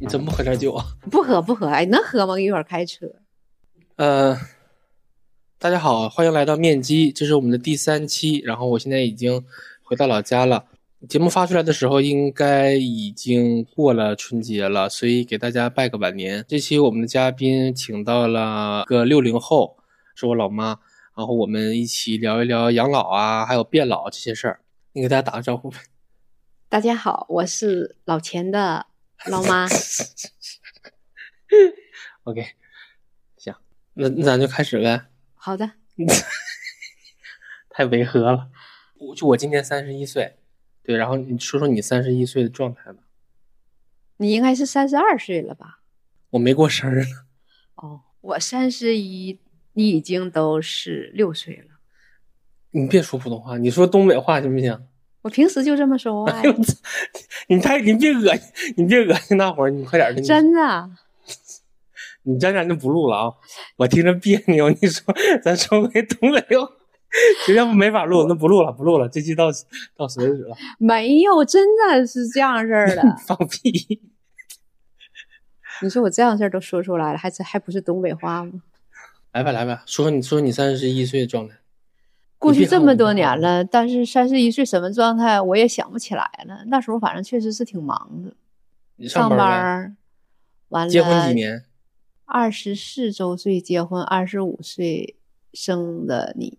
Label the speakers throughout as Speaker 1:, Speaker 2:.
Speaker 1: 你怎么不喝点酒啊？
Speaker 2: 不喝不喝，哎，能喝吗？一会儿开车。
Speaker 1: 呃，大家好，欢迎来到面基，这是我们的第三期。然后我现在已经回到老家了。节目发出来的时候，应该已经过了春节了，所以给大家拜个晚年。这期我们的嘉宾请到了个六零后，是我老妈。然后我们一起聊一聊养老啊，还有变老这些事儿。你给大家打个招呼呗。
Speaker 2: 大家好，我是老钱的老妈。
Speaker 1: OK，行，那那咱就开始呗。
Speaker 2: 好的，
Speaker 1: 太违和了。我就我今年三十一岁，对，然后你说说你三十一岁的状态吧。
Speaker 2: 你应该是三十二岁了吧？
Speaker 1: 我没过生日呢，
Speaker 2: 哦，我三十一，你已经都是六岁了。
Speaker 1: 你别说普通话，你说东北话行不行？
Speaker 2: 我平时就这么说啊话
Speaker 1: 哎呦
Speaker 2: 呀
Speaker 1: 我，操！你太你别恶心，你别恶心大伙儿，你快点儿的，你
Speaker 2: 真的。
Speaker 1: 你咱咱就不录了啊！我听着别扭，你说咱说回东北话，实在没法录，那不录了，不录了，这期到此到此为止了，
Speaker 2: 没有，真的是这样式儿的。
Speaker 1: 放屁！
Speaker 2: 你说我这样事儿都说出来了，还是还不是东北话吗？
Speaker 1: 来吧来吧，说说你说说你三十一岁的状态，
Speaker 2: 过去
Speaker 1: 别看
Speaker 2: 这
Speaker 1: 我
Speaker 2: 么
Speaker 1: 不
Speaker 2: 多
Speaker 1: 胖
Speaker 2: 年了，但是三十一岁什么状态我也想不起来了。那时候反正确实是挺忙的，
Speaker 1: 你
Speaker 2: 上
Speaker 1: 班
Speaker 2: 班
Speaker 1: 儿呗
Speaker 2: 儿，完了
Speaker 1: 结婚几年？
Speaker 2: 二十四周岁结婚，二十五岁生的你，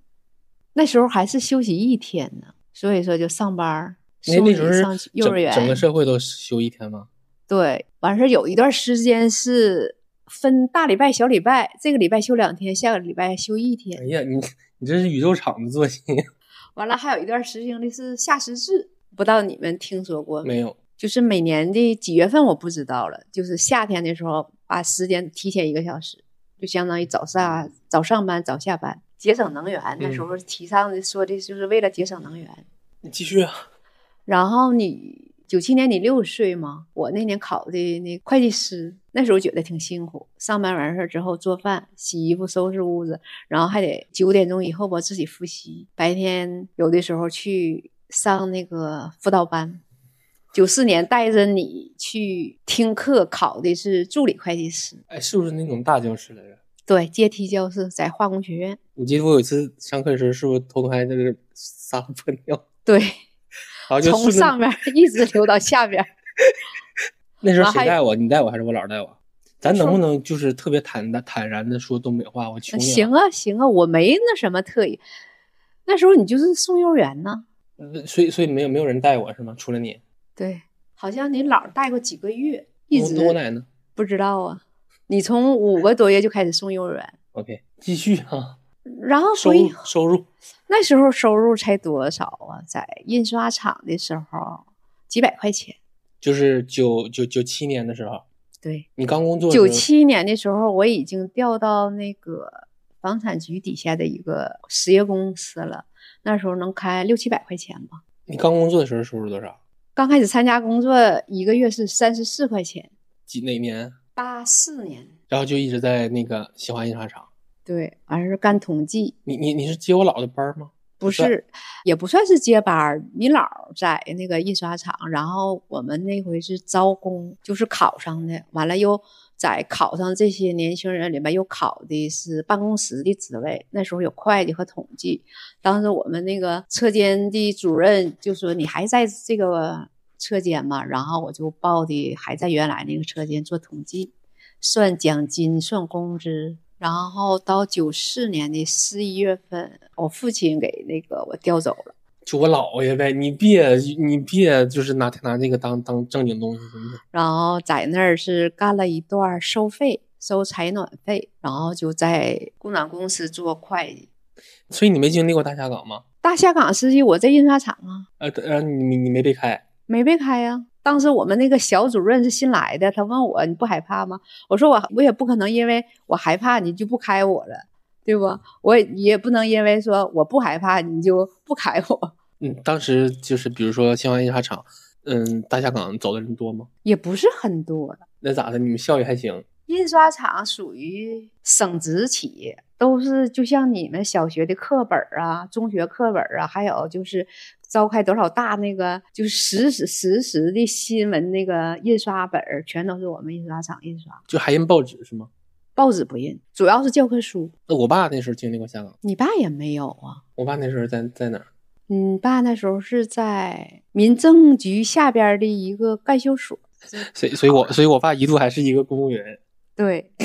Speaker 2: 那时候还是休息一天呢，所以说就上班儿，
Speaker 1: 因为哎那
Speaker 2: 送你
Speaker 1: 时候是
Speaker 2: 上去幼
Speaker 1: 整
Speaker 2: 儿园，
Speaker 1: 整个社会都休一天吗？
Speaker 2: 对，完事儿有一段时间是分大礼拜、小礼拜，这个礼拜休两天，下个礼拜休一
Speaker 1: 哎
Speaker 2: 天。
Speaker 1: 呀，你你这是宇宙场的作息
Speaker 2: 完了还有一段实行的是夏时制，不知道你们听说过没？
Speaker 1: 没有？
Speaker 2: 就是每年的几月份我不知道了，就是夏天的时候把时间提前一个小时，就相当于早上啊早上班早下班，节省能源。那时候提倡的说的就是为了节省能源。
Speaker 1: 你继续啊，
Speaker 2: 然后你九七年你六岁嘛，我那年考的那会计师，那时候觉得挺辛苦，上班完事儿之后做饭、洗衣服、收拾屋子，然后还得九点钟以后吧自己复习，白天有的时候去上那个辅导班。九四年带着你去听课，考的是助理会计师，
Speaker 1: 哎，是不是那种大教室来着？
Speaker 2: 对，阶梯教室在化工学院。
Speaker 1: 我记得我有一次上课的时候，是不是偷偷还在这撒了泼尿，
Speaker 2: 对，
Speaker 1: 然后啊就
Speaker 2: 从
Speaker 1: 顺着
Speaker 2: 上面一直流到下边儿，
Speaker 1: 那时候
Speaker 2: 然后
Speaker 1: 谁
Speaker 2: 还
Speaker 1: 带我？你带我还是我姥儿带我？咱能
Speaker 2: 说
Speaker 1: 不能就是特别坦的坦然的说东北话？我求你了。
Speaker 2: 行啊，行啊，我没那什么特意。那时候你就是送幼儿园呢，
Speaker 1: 呃，所以所以没有没有人带我是吗？除了你，
Speaker 2: 对，好像你姥儿带过几个月，一
Speaker 1: 我
Speaker 2: 直
Speaker 1: 那我奶呢
Speaker 2: 不知道啊。你从五个多月就开始送幼儿园，
Speaker 1: ？OK，继续啊，
Speaker 2: 然后
Speaker 1: 收
Speaker 2: 所以
Speaker 1: 入收入
Speaker 2: 那时候收入才多少啊？在印刷厂的时候，几百块钱。
Speaker 1: 就是九九九七年的时候，
Speaker 2: 对，
Speaker 1: 你刚工作的时候
Speaker 2: 九七年的时候我已经调到那个房产局底下的一个实业公司了，那时候能开六七百块钱吧。
Speaker 1: 你刚工作的时候收入多少？
Speaker 2: 刚开始参加工作一个月是三十四块钱。
Speaker 1: 几哪年？
Speaker 2: 八四年，
Speaker 1: 然后就一直在那个新华印刷厂。
Speaker 2: 对，完事儿干统计，
Speaker 1: 你你你是接我姥的班儿吗？
Speaker 2: 不
Speaker 1: 算
Speaker 2: 是，也不算是接班儿。你姥儿在那个印刷厂，然后我们那回是招工，就是考上的，完了又在考上这些年轻人里面又考的是办公室的职位。那时候有会计和统计，当时我们那个车间的主任就说：“你还在这个车间吗？”然后我就报的还在原来那个车间做统计。算奖金、算工资。然后到九四年的十一月份，我父亲给那个我调走了。
Speaker 1: 就我姥爷呗，你别你别就是拿拿这个当当正经东西行不行？
Speaker 2: 然后在那儿是干了一段儿收费，收采暖费，然后就在供暖公司做会计。
Speaker 1: 所以你没经历过大下岗吗？
Speaker 2: 大下岗时期，我在印刷厂啊，
Speaker 1: 呃，然后你你你没被开，
Speaker 2: 没被开呀、当时我们那个小主任是新来的，他问我你不害怕吗？我说我我也不可能因为我害怕你就不开我了，对不？我也也不能因为说我不害怕你就不开我。
Speaker 1: 嗯，当时就是比如说新华印刷厂，嗯，大下岗走的人多吗？
Speaker 2: 也不是很多了。
Speaker 1: 那咋的？你们效益还行？
Speaker 2: 印刷厂属于省直企业，都是就像你们小学的课本儿啊、中学课本儿啊，还有就是召开多少大那个就是实时实时的新闻那个印刷本儿，全都是我们印刷厂印刷，
Speaker 1: 就还印报纸是吗？
Speaker 2: 报纸不印，主要是教科书。
Speaker 1: 那我爸那时候经历过香港，
Speaker 2: 你爸也没有啊？
Speaker 1: 我爸那时候在在哪儿？
Speaker 2: 你爸那时候是在民政局下边儿的一个干休所，
Speaker 1: 所以所以我所以我爸一度还是一个公务员。
Speaker 2: 对，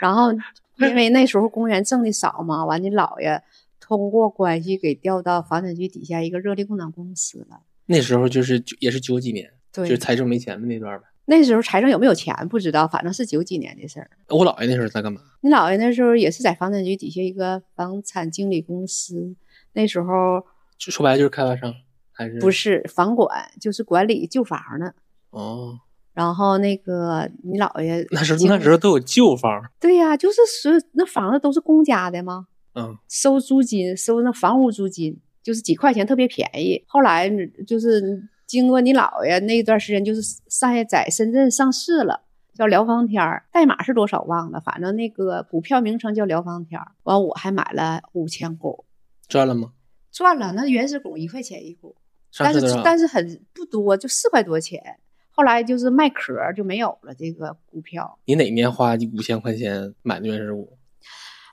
Speaker 2: 然后因为那时候公务员挣的少嘛，完你姥爷通过关系给调到房产局底下一个热力共享公司了。
Speaker 1: 那时候就是九也是九几年，就
Speaker 2: 对
Speaker 1: 是，财政没钱的那段呗。
Speaker 2: 那时候财政有没有钱不知道，反正是九几年的事儿。
Speaker 1: 我姥爷那时候在干嘛？
Speaker 2: 你姥爷那时候也是在房产局底下一个房产经理公司，那时候
Speaker 1: 就说白了就是开发商还是
Speaker 2: 不是房管，就是管理旧房呢。
Speaker 1: 哦，
Speaker 2: 然后那个你姥爷
Speaker 1: 那时候
Speaker 2: 经
Speaker 1: 那时候都有旧房，
Speaker 2: 对呀、就是所有那房子都是公家的吗？
Speaker 1: 嗯，
Speaker 2: 收租金，收那房屋租金，就是几块钱，特别便宜。后来就是经过你姥爷那一段时间，就是上下在深圳上市了，叫辽房天儿，代码是多少忘了，反正那个股票名称叫辽房天儿。完，我还买了五千股，
Speaker 1: 赚了吗？
Speaker 2: 赚了。那原始股一块钱一股，
Speaker 1: 上
Speaker 2: 但
Speaker 1: 次
Speaker 2: 是
Speaker 1: 多少？
Speaker 2: 但是很不多，就四块多钱。后来就是卖壳儿就没有了这个股票。
Speaker 1: 你哪年花五千块钱买的原始股？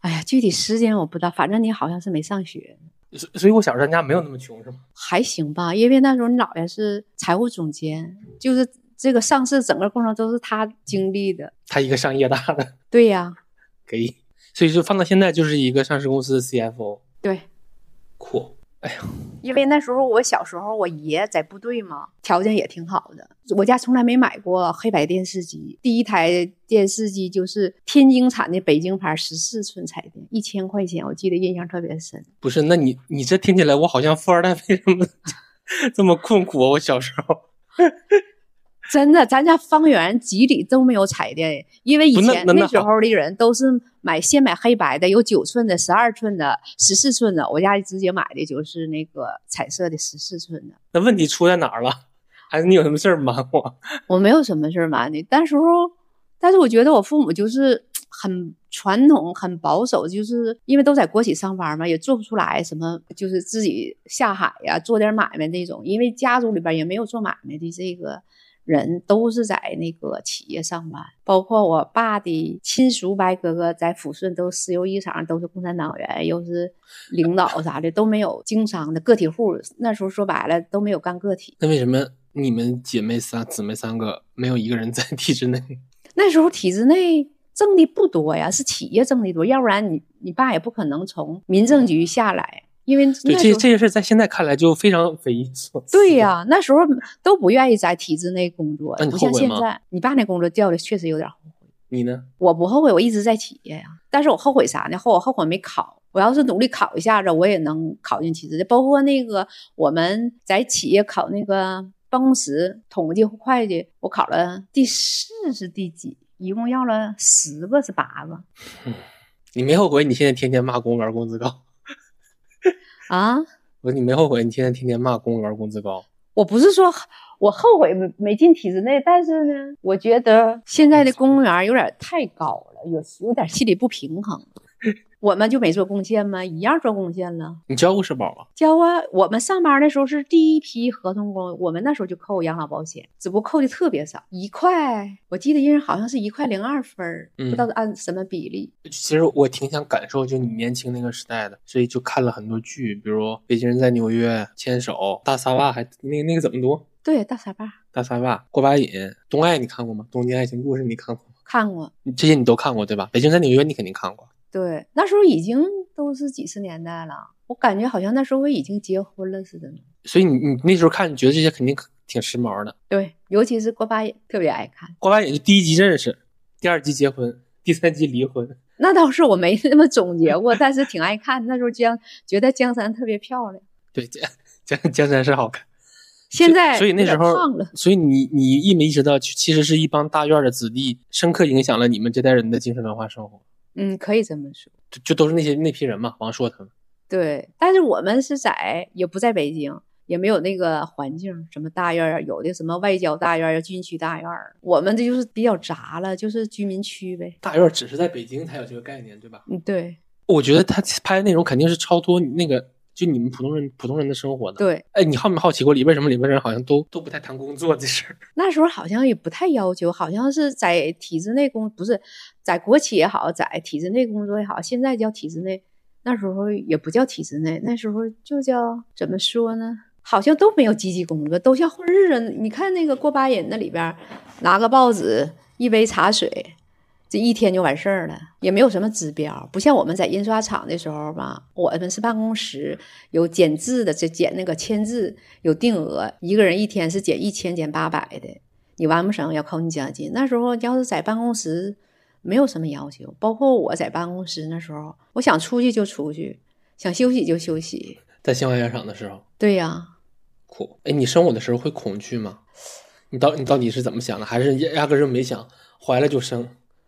Speaker 2: 哎呀，具体时间我不知道，反正你好像是没上学。
Speaker 1: 所所以，我小时候咱家没有那么穷，是吗？
Speaker 2: 还行吧，因为那时候你姥爷是财务总监，就是这个上市整个过程都是他经历的。
Speaker 1: 他一个上业大的，
Speaker 2: 对呀、
Speaker 1: 给，所以就放到现在就是一个上市公司的 CFO，
Speaker 2: 对，
Speaker 1: 酷。
Speaker 2: 因为那时候我小时候我爷在部队嘛，条件也挺好的，我家从来没买过黑白电视机，第一台电视机就是天津产的北京牌十四寸彩电，一千块钱，我记得印象特别深。
Speaker 1: 不是，那你你这听起来我好像富二代，为什么 这么困苦啊？我小时候
Speaker 2: 真的，咱家方圆几里都没有彩电，因为以
Speaker 1: 不那
Speaker 2: 前
Speaker 1: 那那
Speaker 2: 那时候的人都是买先买黑白的，有九寸的、十二寸的、十四寸的。我家直接买的就是那个彩色的十四寸的。
Speaker 1: 那问题出在哪儿了？还是你有什么事儿瞒我？
Speaker 2: 我没有什么事儿瞒你，但时候，但是我觉得我父母就是很传统、很保守，就是因为都在国企上班嘛，也做不出来什么，就是自己下海呀、做点买卖那种。因为家族里边也没有做买卖的这个人，都是在那个企业上班，包括我爸的亲属白哥哥在抚顺都石油一厂，都是共产党员，又是领导啥的，都没有经商的个体户。那时候说白了都没有干个体。
Speaker 1: 那为什么你们姐妹仨姊妹三个没有一个人在 体制内？
Speaker 2: 那时候体制内挣的不多呀，是企业挣的多，要不然你你爸也不可能从民政局下来，因为
Speaker 1: 对，
Speaker 2: 那时
Speaker 1: 这
Speaker 2: 候
Speaker 1: 这些事儿在现在看来就非常匪夷所思。
Speaker 2: 对呀、那时候都不愿意在体制内工作
Speaker 1: 那，你
Speaker 2: 不
Speaker 1: 后
Speaker 2: 像
Speaker 1: 悔
Speaker 2: 现
Speaker 1: 吗
Speaker 2: 在。你爸那工作调的确实有点后悔，
Speaker 1: 你呢？
Speaker 2: 我不后悔，我一直在企业呀、但是我后悔啥呢？后我后悔没考。我要是努力考一下子，我也能考进体制内。包括那个我们在企业考那个办公室统计会计，我考了第四是第几？一共要了十个是八个。
Speaker 1: 你没后悔？你现在天天骂公务员工资高？
Speaker 2: 啊，
Speaker 1: 我说你没后悔？你现在天天骂公务员工资高？
Speaker 2: 我不是说我后悔没没进体制内，但是呢，我觉得现在的公务员有点太高了，有有点心理不平 衡。我们就没做贡献吗？一样做贡献了。
Speaker 1: 你交过社保吗？
Speaker 2: 交啊，我们上班的时候是第一批合同工，我们那时候就扣养老保险，只不过扣的特别少，一块，我记得一人好像是一块零二分儿，不知道是按什么比例。
Speaker 1: 其实我挺想感受就你年轻那个时代的，所以就看了很多剧，比如《北京人在纽约》《牵手》《大撒把》还，那个那个怎么读？
Speaker 2: 对，大傻爸
Speaker 1: 大撒把、过把瘾、东爱你看过吗？《东京爱情故事》你看过吗？
Speaker 2: 看过，
Speaker 1: 你这些你都看过对吧？《北京人在纽约》你肯定看过。
Speaker 2: 对，那时候已经都是几十年代了，我感觉好像那时候我已经结婚了似的呢。
Speaker 1: 所以你你那时候看，你觉得这些肯定挺时髦的。
Speaker 2: 对，尤其是锅巴也特别爱看。
Speaker 1: 过把瘾就第一集认识，第二集结婚，第三集离婚。
Speaker 2: 那倒是我没那么总结过，但是挺爱看。那时候江觉得江山特别漂亮，
Speaker 1: 对，江江江山是好看。
Speaker 2: 现
Speaker 1: 所
Speaker 2: 在
Speaker 1: 以所以那
Speaker 2: 有
Speaker 1: 时
Speaker 2: 点
Speaker 1: 候
Speaker 2: 胖了，
Speaker 1: 所以你你意没意识到，其其实是一帮大院儿的子弟深刻影响了你们这代人的精神文化生活，
Speaker 2: 嗯，可以这么说。
Speaker 1: 就就都是那些那批人嘛，王朔他们。
Speaker 2: 对，但是我们是在也不在北京，也没有那个环境，什么大院儿啊，有的什么外交大院儿啊、军区大院儿，我们这就是比较杂了，就是居民区呗。
Speaker 1: 大院只是在北京才有这个概念，对吧？
Speaker 2: 嗯，对
Speaker 1: 我觉得他拍的内容肯定是超脱你那个，就你们普通人普通人的生活的。
Speaker 2: 对，
Speaker 1: 哎，你好没好奇过里为什么里面人好像都都不太谈工作这事儿？
Speaker 2: 那时候好像也不太要求，好像是在体制内工，不是在国企也好，在体制内工作也好，现在叫体制内，那时候也不叫体制内，那时候就叫怎么说呢？好像都没有积极工作，都像混日子。你看那个过把瘾那里边儿，拿个报纸，一杯茶水，这一天就完事儿了，也没有什么指标，不像我们在印刷厂的时候吧，我们是办公室，有减字的，这减那个签字有定额，一个人一天是减一千减八百的，你完不成要扣你奖金。那时候要是在办公室，没有什么要求，包括我在办公室那时候，我想出去就出去，想休息就休息。
Speaker 1: 在新华演场的时候，
Speaker 2: 对呀、
Speaker 1: 苦。哎，你生我的时候会恐惧吗？你到你到底是怎么想的？还是压压根儿就没想，怀了就生？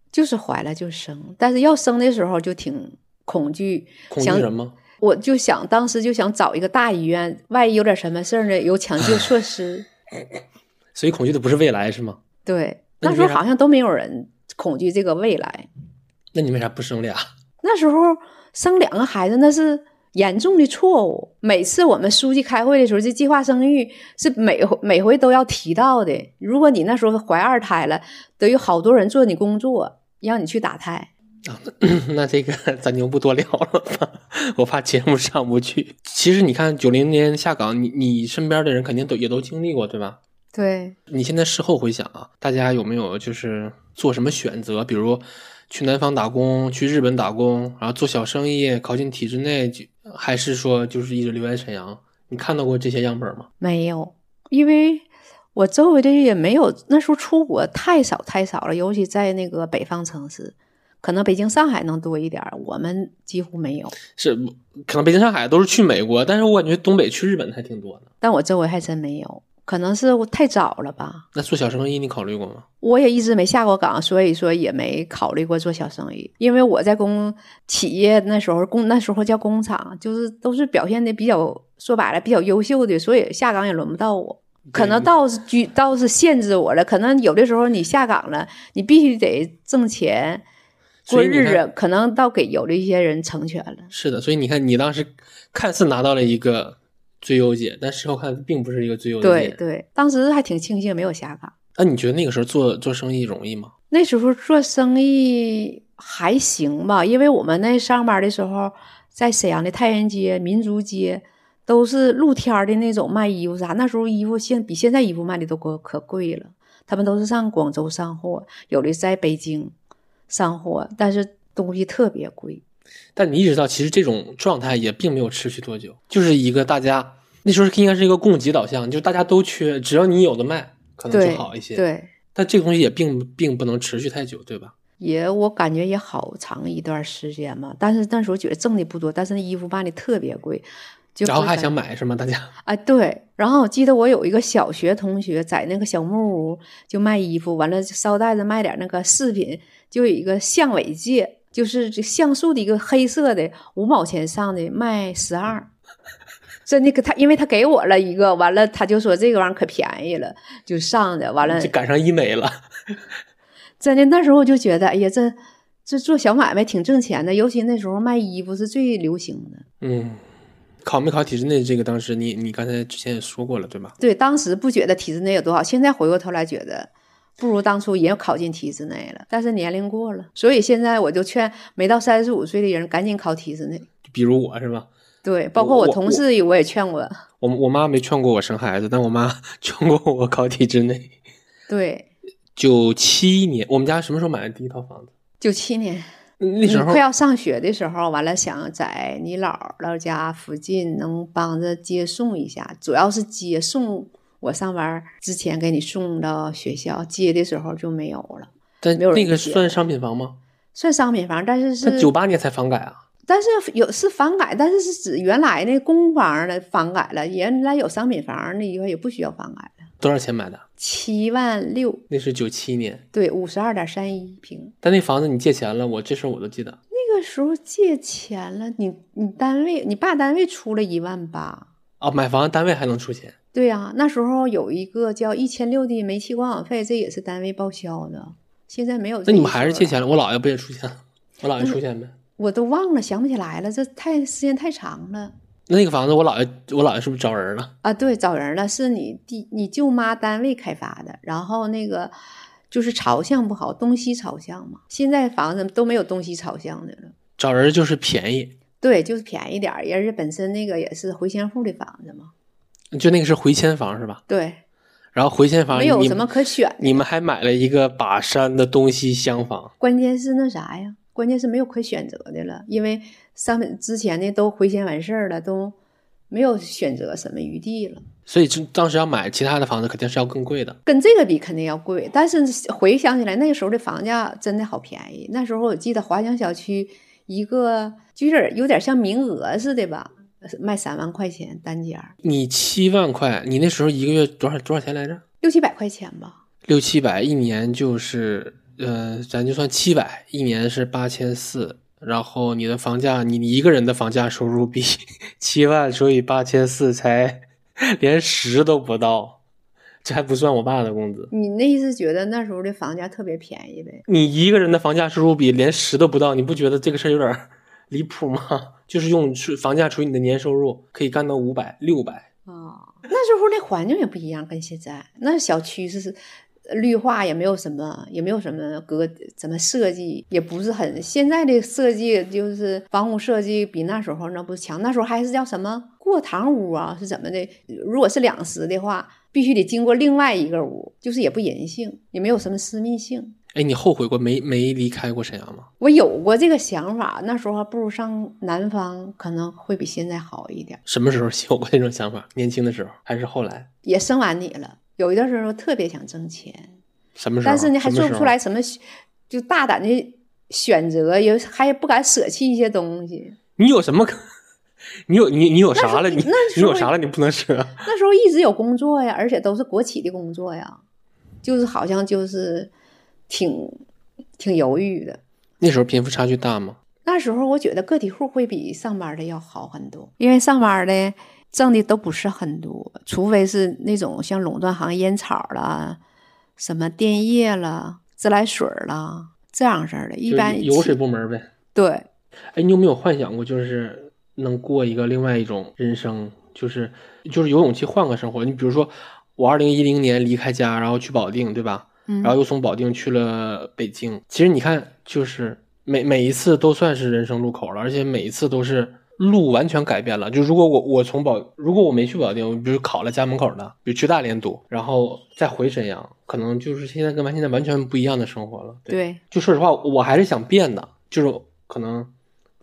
Speaker 2: 就是怀了就生，但是要生的时候就挺恐惧，
Speaker 1: 恐惧
Speaker 2: 想
Speaker 1: 人吗？
Speaker 2: 我就想当时就想找一个大医院，万一有点什么事儿呢，有抢救措施。
Speaker 1: 所以恐惧的不是未来是吗？
Speaker 2: 对，
Speaker 1: 那
Speaker 2: 那
Speaker 1: 你
Speaker 2: 时候
Speaker 1: 为啥
Speaker 2: 好像都没有人恐惧这个未来。
Speaker 1: 那你为啥不生俩？
Speaker 2: 那时候生两个孩子那是严重的错误。每次我们书记开会的时候，这计划生育是每回每回都要提到的。如果你那时候怀二胎了，得有好多人做你工作，让你去打胎。
Speaker 1: 那这个咱就不多聊了吧，我怕节目上不去。其实你看九零年下岗，你你身边的人肯定都也都经历过，对吧？
Speaker 2: 对，
Speaker 1: 你现在事后回想啊，大家有没有就是做什么选择？比如去南方打工，去日本打工，然后做小生意，考进体制内，就还是说就是一直留在沈阳？你看到过这些样本吗？
Speaker 2: 没有，因为我周围的人也没有，那时候出国太少太少了，尤其在那个北方城市，可能北京、上海能多一点儿，我们几乎没有。
Speaker 1: 是可能北京、上海都是去美国，但是我感觉东北去日本还挺多的。
Speaker 2: 但我周围还真没有，可能是我太早了吧。
Speaker 1: 那做小生意你考虑过吗？
Speaker 2: 我也一直没下过岗，所以说也没考虑过做小生意。因为我在工企业那时候工那时候叫工厂，就是都是表现的比较说白了比较优秀的，所以下岗也轮不到我。可能倒是拘倒是限制我了，可能有的时候你下岗了，你必须得挣钱
Speaker 1: 所
Speaker 2: 过
Speaker 1: 以你
Speaker 2: 日
Speaker 1: 看
Speaker 2: 子，可能倒给有的一些人成全了。
Speaker 1: 是的，所以你看，你当时看似拿到了一个最优解，但事后看并不是一个最优解。
Speaker 2: 对对，当时还挺庆幸没有下岗。
Speaker 1: 那你觉得那个时候做做生意容易吗？
Speaker 2: 那时候做生意还行吧，因为我们那上班的时候，在沈阳的太原街、民族街，都是露天儿的那种卖衣服啥。那时候衣服现比现在衣服卖的都可可贵了，他们都是上广州上货，有的在北京上货，但是东西特别贵。
Speaker 1: 但你意识到，其实这种状态也并没有持续多久，就是一个大家那时候应该是一个供给导向，就大家都缺，只要你有的卖，可能
Speaker 2: 对
Speaker 1: 就啊好一些。，
Speaker 2: 对，
Speaker 1: 但这个东西也并并不能持续太久，对吧？
Speaker 2: 也我感觉也好长一段时间嘛，但是那时候觉得挣的不多，但是那衣服卖的特别贵，就
Speaker 1: 然后
Speaker 2: 会
Speaker 1: 还
Speaker 2: 感
Speaker 1: 想买是吗？大家
Speaker 2: 啊，对。然后我记得我有一个小学同学在那个小木屋就卖衣服，完了就捎带着卖点那个饰品，就有一个象尾戒，就是这橡树的一个黑色的，五毛钱上的，卖十二。 真的，他因为他给我了一个，完了他就说这个玩意儿可便宜了，就上的。完了，
Speaker 1: 就赶上医美了，
Speaker 2: 真的那时候我就觉得，哎呀，这这做小买卖挺挣钱的，尤其那时候卖衣服是最流行的。
Speaker 1: 嗯。考没考体制内？这个当时你你刚才之前也说过了，对吧？
Speaker 2: 对，当时不觉得体制内有多好，现在回过头来觉得，不如当初也考进体制内了。但是年龄过了，所以现在我就劝没到三十五岁的人赶紧考体制内。
Speaker 1: 比如我是吧？
Speaker 2: 对，包括
Speaker 1: 我
Speaker 2: 我
Speaker 1: 我
Speaker 2: 同事我也劝我，
Speaker 1: 我我妈没劝过我生孩子，但我妈 劝过我考体制内。
Speaker 2: 对，
Speaker 1: 九七年，我们家什么时候买的第一套房子？
Speaker 2: 九七年
Speaker 1: 那
Speaker 2: 你
Speaker 1: 时候
Speaker 2: 嗯快要上学的时候，完了想在你姥姥家附近能帮着接送一下，主要是接送。我上班之前给你送到学校，接的时候就没有了，
Speaker 1: 但
Speaker 2: 没有人
Speaker 1: 那个
Speaker 2: 接
Speaker 1: 算商品房吗？
Speaker 2: 算商品房，但是
Speaker 1: 它
Speaker 2: 是
Speaker 1: 九八年才房改啊。
Speaker 2: 但是有是房改，但是是指原来那公房的房改了，原来有商品房，那以后也不需要房改了。
Speaker 1: 多少钱买的？
Speaker 2: 七万六，
Speaker 1: 那是九七年，
Speaker 2: 对，五十二点三一平。
Speaker 1: 但那房子你借钱了，我这事儿我都记得。
Speaker 2: 那个时候借钱了，你你单位你爸单位出了一万八，
Speaker 1: 哦，买房单位还能出钱，
Speaker 2: 对呀、那时候有一个叫一千六的煤气管网费，这也是单位报销的。现在没有这
Speaker 1: 那
Speaker 2: 一说了。
Speaker 1: 你们还是借钱了？我姥爷不也出钱了？我姥爷出钱没？
Speaker 2: 我都忘了，想不起来了，这太时间太长了
Speaker 1: 那个房子我姥爷，我姥爷是不是招人了？
Speaker 2: 啊！对，找人了，是你弟你舅妈单位开发的，然后那个就是朝向不好，东西朝向嘛。现在房子都没有东西朝向的了，
Speaker 1: 找人就是便宜，
Speaker 2: 对，就是便宜点儿，而且本身那个也是回迁户的房子嘛，
Speaker 1: 就那个是回迁房是吧？
Speaker 2: 对，
Speaker 1: 然后回迁房
Speaker 2: 没有
Speaker 1: 你
Speaker 2: 什么可选的。
Speaker 1: 你们还买了一个把山的东西厢房，
Speaker 2: 关键是那啥呀？关键是没有可选择的了，因为上面之前的都回迁完事儿了，都没有选择什么余地了。
Speaker 1: 所以就当时要买其他的房子肯定是要更贵的。
Speaker 2: 跟这个比肯定要贵，但是回想起来，那个时候的房价真的好便宜。那时候我记得华强小区一个就有点有点像名额似的吧，卖三万块钱单间儿，
Speaker 1: 你七万块，你那时候一个月多少多少钱来着？
Speaker 2: 六七百块钱吧。
Speaker 1: 六七百，一年就是呃，咱就算七百，一年是八千四。然后你的房价，你你一个人的房价收入比 七万除以八千四才 连十都不到，这还不算我爸的工资。
Speaker 2: 你那意思觉得那时候的房价特别便宜呗？
Speaker 1: 你一个人的房价收入比连十都不到，你不觉得这个事儿有点儿 离谱吗？就是用除房价除以你的年收入，可以干到五百、六百。
Speaker 2: 啊、那时候的环境也不一样，跟现在那小区是绿化也没有什么，也没有什么格怎么设计，也不是很现在的设计就是房屋设计比那时候那不强，那时候还是叫什么过堂屋啊，是怎么的？如果是两室的话，必须得经过另外一个屋，就是也不人性，也没有什么私密性。
Speaker 1: 哎，你后悔过没没离开过沈阳吗？
Speaker 2: 我有过这个想法，那时候还不如上南方可能会比现在好一点。
Speaker 1: 什么时候 有过那种想法？年轻的时候还是后来？
Speaker 2: 也生完你了，有一段时候特别想挣钱，
Speaker 1: 什么时候？
Speaker 2: 但是呢，还
Speaker 1: 什么
Speaker 2: 做
Speaker 1: 时
Speaker 2: 不
Speaker 1: 候
Speaker 2: 出来。什么选，就大胆的选择，也还不敢舍弃一些东西。
Speaker 1: 你有什么可？你有你你有啥了？你
Speaker 2: 那时
Speaker 1: 你
Speaker 2: 候
Speaker 1: 有啥了？你不能舍？
Speaker 2: 那时候一直有工作呀，而且都是国企的工作呀，就是好像就是挺挺犹豫的。
Speaker 1: 那时候贫富差距大吗？
Speaker 2: 那时候我觉得个体户会比上班的要好很多，因为上班的挣的都不是很多，除非是那种像垄断行业烟草啦、什么电业啦、自来水啦这样式儿的，一
Speaker 1: 就
Speaker 2: 般
Speaker 1: 油水
Speaker 2: 起
Speaker 1: 部门呗。
Speaker 2: 对
Speaker 1: 哎，你有没有幻想过，就是能过一个另外一种人生，就是就是有勇气换个生活？你比如说，我二零一零年离开家，然后去保定，对吧？
Speaker 2: 嗯
Speaker 1: 然后又从保定去了北京。其实你看，就是每每一次都算是人生路口了，而且每一次都是路完全改变了。就如果我我从保，如果我没去保定，我比如考了家门口的，比如去大连读，然后再回沈阳，可能就是现在跟完现在完全不一样的生活了。对
Speaker 2: 对，
Speaker 1: 就说实话，我还是想变的，就是可能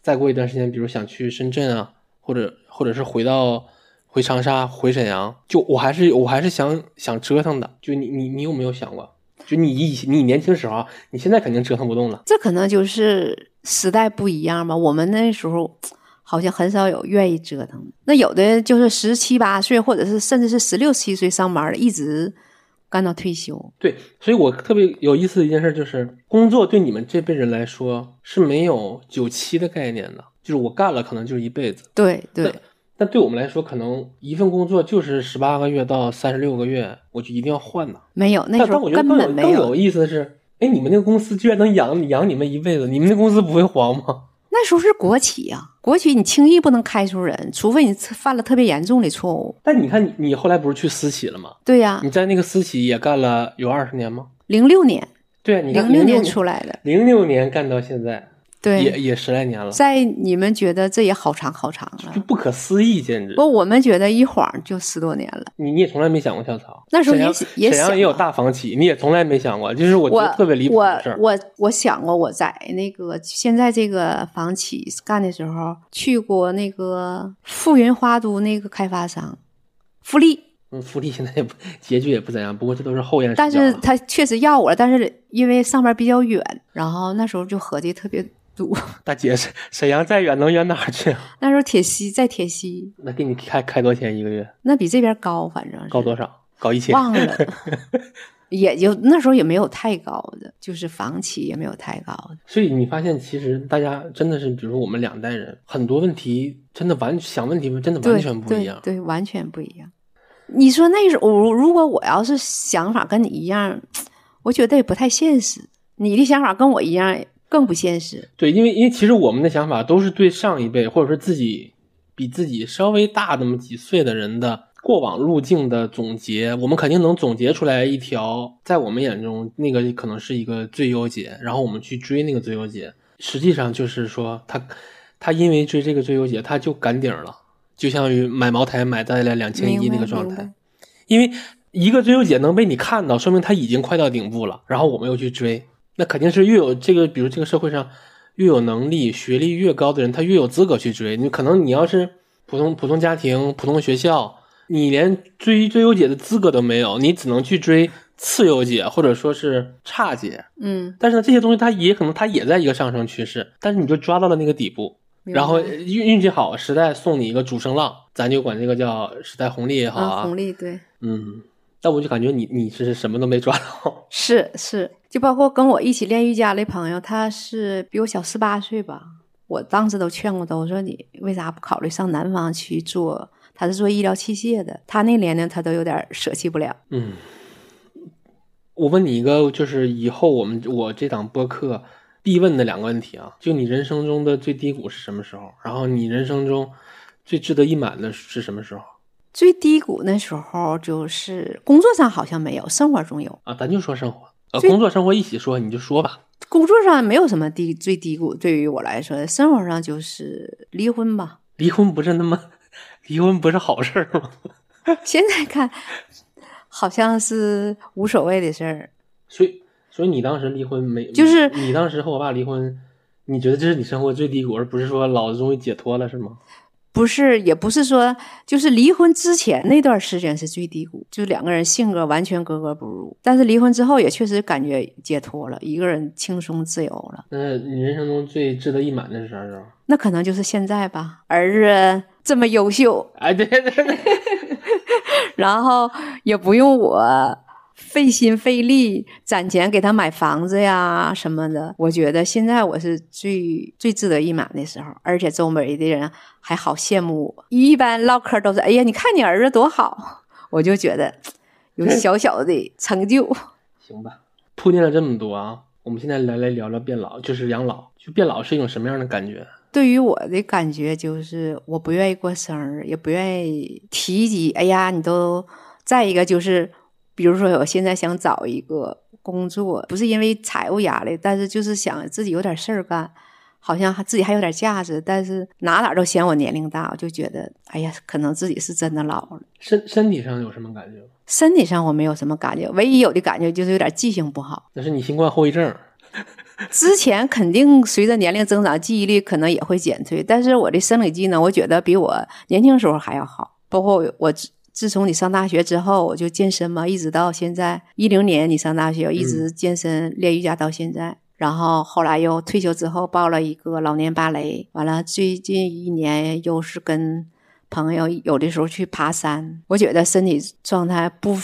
Speaker 1: 再过一段时间，比如想去深圳啊，或者或者是回到回长沙、回沈阳，就我还是我还是想想折腾的。就你你你有没有想过？就你以你年轻时候啊，你现在肯定折腾不动了。
Speaker 2: 这可能就是时代不一样吧。我们那时候好像很少有愿意折腾的，那有的就是十七八岁，或者是甚至是十六七岁上班的，一直干到退休。
Speaker 1: 对，所以我特别有意思的一件事就是，工作对你们这辈人来说是没有九七的概念的，就是我干了可能就是一辈子。
Speaker 2: 对对
Speaker 1: 对但对我们来说，可能一份工作就是十八个月到三十六个月，我就一定要换的。
Speaker 2: 没有，那
Speaker 1: 但
Speaker 2: 时
Speaker 1: 但
Speaker 2: 候
Speaker 1: 我觉得
Speaker 2: 根
Speaker 1: 更有
Speaker 2: 本没
Speaker 1: 更有
Speaker 2: 有。
Speaker 1: 意思的是，哎，你们那个公司居然能养养你们一辈子，你们那公司不会黄吗？
Speaker 2: 那时候是国企呀、国企你轻易不能开除人，除非你犯了特别严重的错误。
Speaker 1: 但你看你，你后来不是去私企了吗？
Speaker 2: 对呀、
Speaker 1: 你在那个私企也干了有二十年吗？
Speaker 2: 零六年，
Speaker 1: 对啊，你看
Speaker 2: 零六
Speaker 1: 年
Speaker 2: 年出来的，
Speaker 1: 零六年干到现在，也
Speaker 2: 对，
Speaker 1: 也十来年了，
Speaker 2: 在你们觉得这也好长好长
Speaker 1: 就
Speaker 2: 了，
Speaker 1: 不可思议，简直。
Speaker 2: 不，我们觉得一晃就十多年了。
Speaker 1: 你你也从来没想过跳槽，
Speaker 2: 那时候
Speaker 1: 沈阳
Speaker 2: 也也啊
Speaker 1: 沈阳
Speaker 2: 想
Speaker 1: 也有
Speaker 2: 过
Speaker 1: 大房企，你也从来没想过，就是我觉
Speaker 2: 我
Speaker 1: 得特别离谱
Speaker 2: 我
Speaker 1: 的事儿。
Speaker 2: 我我想过，我在那个现在这个房企干的时候，去过那个富云花都那个开发商富力，
Speaker 1: 嗯，福利现在也不结局也不怎样，不过这都是啊后验视角
Speaker 2: 但是
Speaker 1: 了
Speaker 2: 他确实要我了，但是因为上班比较远，然后那时候就合计特别堵。
Speaker 1: 大姐，沈沈阳再远能远哪儿去啊？
Speaker 2: 那时候铁西在铁西，
Speaker 1: 那给你开开多少钱一个月？
Speaker 2: 那比这边高，反正 是
Speaker 1: 高多少？高一千？
Speaker 2: 忘了。也就那时候也没有太高的，就是房企也没有太高的。
Speaker 1: 所以你发现，其实大家真的是，比如我们两代人，很多问题真的完想问题真的完全不一样。
Speaker 2: 对对，对，完全不一样。你说那时候，如果我要是想法跟你一样，我觉得也不太现实。你的想法跟我一样，更不现实。
Speaker 1: 对因为因为其实我们的想法都是对上一辈，或者说自己比自己稍微大那么几岁的人的过往路径的总结，我们肯定能总结出来一条，在我们眼中那个可能是一个最优解，然后我们去追那个最优解，实际上就是说他他因为追这个最优解，他就赶顶了。就相当于买茅台买在了两千一
Speaker 2: 明白
Speaker 1: 那个状
Speaker 2: 明
Speaker 1: 态
Speaker 2: 白，
Speaker 1: 因为一个最优解能被你看到，说明它已经快到顶部了，然后我们又去追，那肯定是越有这个，比如这个社会上越有能力、学历越高的人，他越有资格去追。你可能你要是普通普通家庭、普通学校，你连追最优解的资格都没有，你只能去追次优解或者说是差解。
Speaker 2: 嗯，
Speaker 1: 但是呢，这些东西它也可能它也在一个上升趋势，但是你就抓到了那个底部，
Speaker 2: 明
Speaker 1: 然后
Speaker 2: 白嗯
Speaker 1: 运运气好，时代送你一个主升浪，咱就管这个叫时代红利也好
Speaker 2: 啊，
Speaker 1: 啊
Speaker 2: 红。利对。
Speaker 1: 嗯，但我就感觉你你是什么都没抓到。
Speaker 2: 是是，就包括跟我一起练瑜伽的朋友，他是比我小十八岁吧。我当时都劝过他，我说你为啥不考虑上南方去做？他是做医疗器械的，他那年龄他都有点舍弃不了。
Speaker 1: 嗯，我问你一个，就是以后我们我这档播客必问的两个问题啊，就你人生中的最低谷是什么时候？然后你人生中最值得一满的是什么时候？
Speaker 2: 最低谷那时候就是工作上好像没有，生活中有。
Speaker 1: 啊，咱就说生活，呃，
Speaker 2: 最
Speaker 1: 工作生活一起说，你就说吧。
Speaker 2: 工作上没有什么低最低谷，对于我来说，生活上就是离婚吧。
Speaker 1: 离婚不是那么， 离婚不是好事儿吗？
Speaker 2: 现在看好像是无所谓的事儿，
Speaker 1: 所以，所以你当时离婚没？
Speaker 2: 就是
Speaker 1: 你你当时和我爸离婚，你觉得这是你生活最低谷，而不是说老子终于解脱了，是吗？
Speaker 2: 不是，也不是说，就是离婚之前那段时间是最低谷，就两个人性格完全格格不入。但是离婚之后也确实感觉解脱了，一个人轻松自由了。
Speaker 1: 那你人生中最值得一满的是啥时候？
Speaker 2: 那可能就是现在吧，儿子这么优秀，
Speaker 1: 哎，对对对，
Speaker 2: 然后也不用我费心费力攒钱给他买房子呀什么的。我觉得现在我是最最值得一满的时候，而且周围的人还好羡慕我。一般唠嗑都是：“哎呀，你看你儿子多好！” 我就觉得有小小的成就。
Speaker 1: 行吧。铺垫了这么多啊，我们现在来来聊聊变老，就是养老。就变老是一种什么样的感觉？
Speaker 2: 对于我的感觉就是，我不愿意过生日，也不愿意提及。哎呀，你都再一个就是，比如说我现在想找一个工作，不是因为财务压力，但是就是想自己有点事儿干，好像还自己还有点价值，但是哪哪都嫌我年龄大，我就觉得，哎呀，可能自己是真的老了。
Speaker 1: 身身体上有什么感觉吗？
Speaker 2: 身体上我没有什么感觉，唯一有的感觉就是有点记性不好。
Speaker 1: 那是你新冠后遗症。
Speaker 2: 之前肯定随着年龄增长，记忆力可能也会减退，但是我的生理机能，我觉得比我年轻时候还要好。包括我我自自从你上大学之后，我就健身嘛，一直到现在一零年你上大学，我一直健身、练瑜伽到现在。然后后来又退休之后报了一个老年芭蕾，完了最近一年又是跟朋友有的时候去爬山。我觉得身体状态不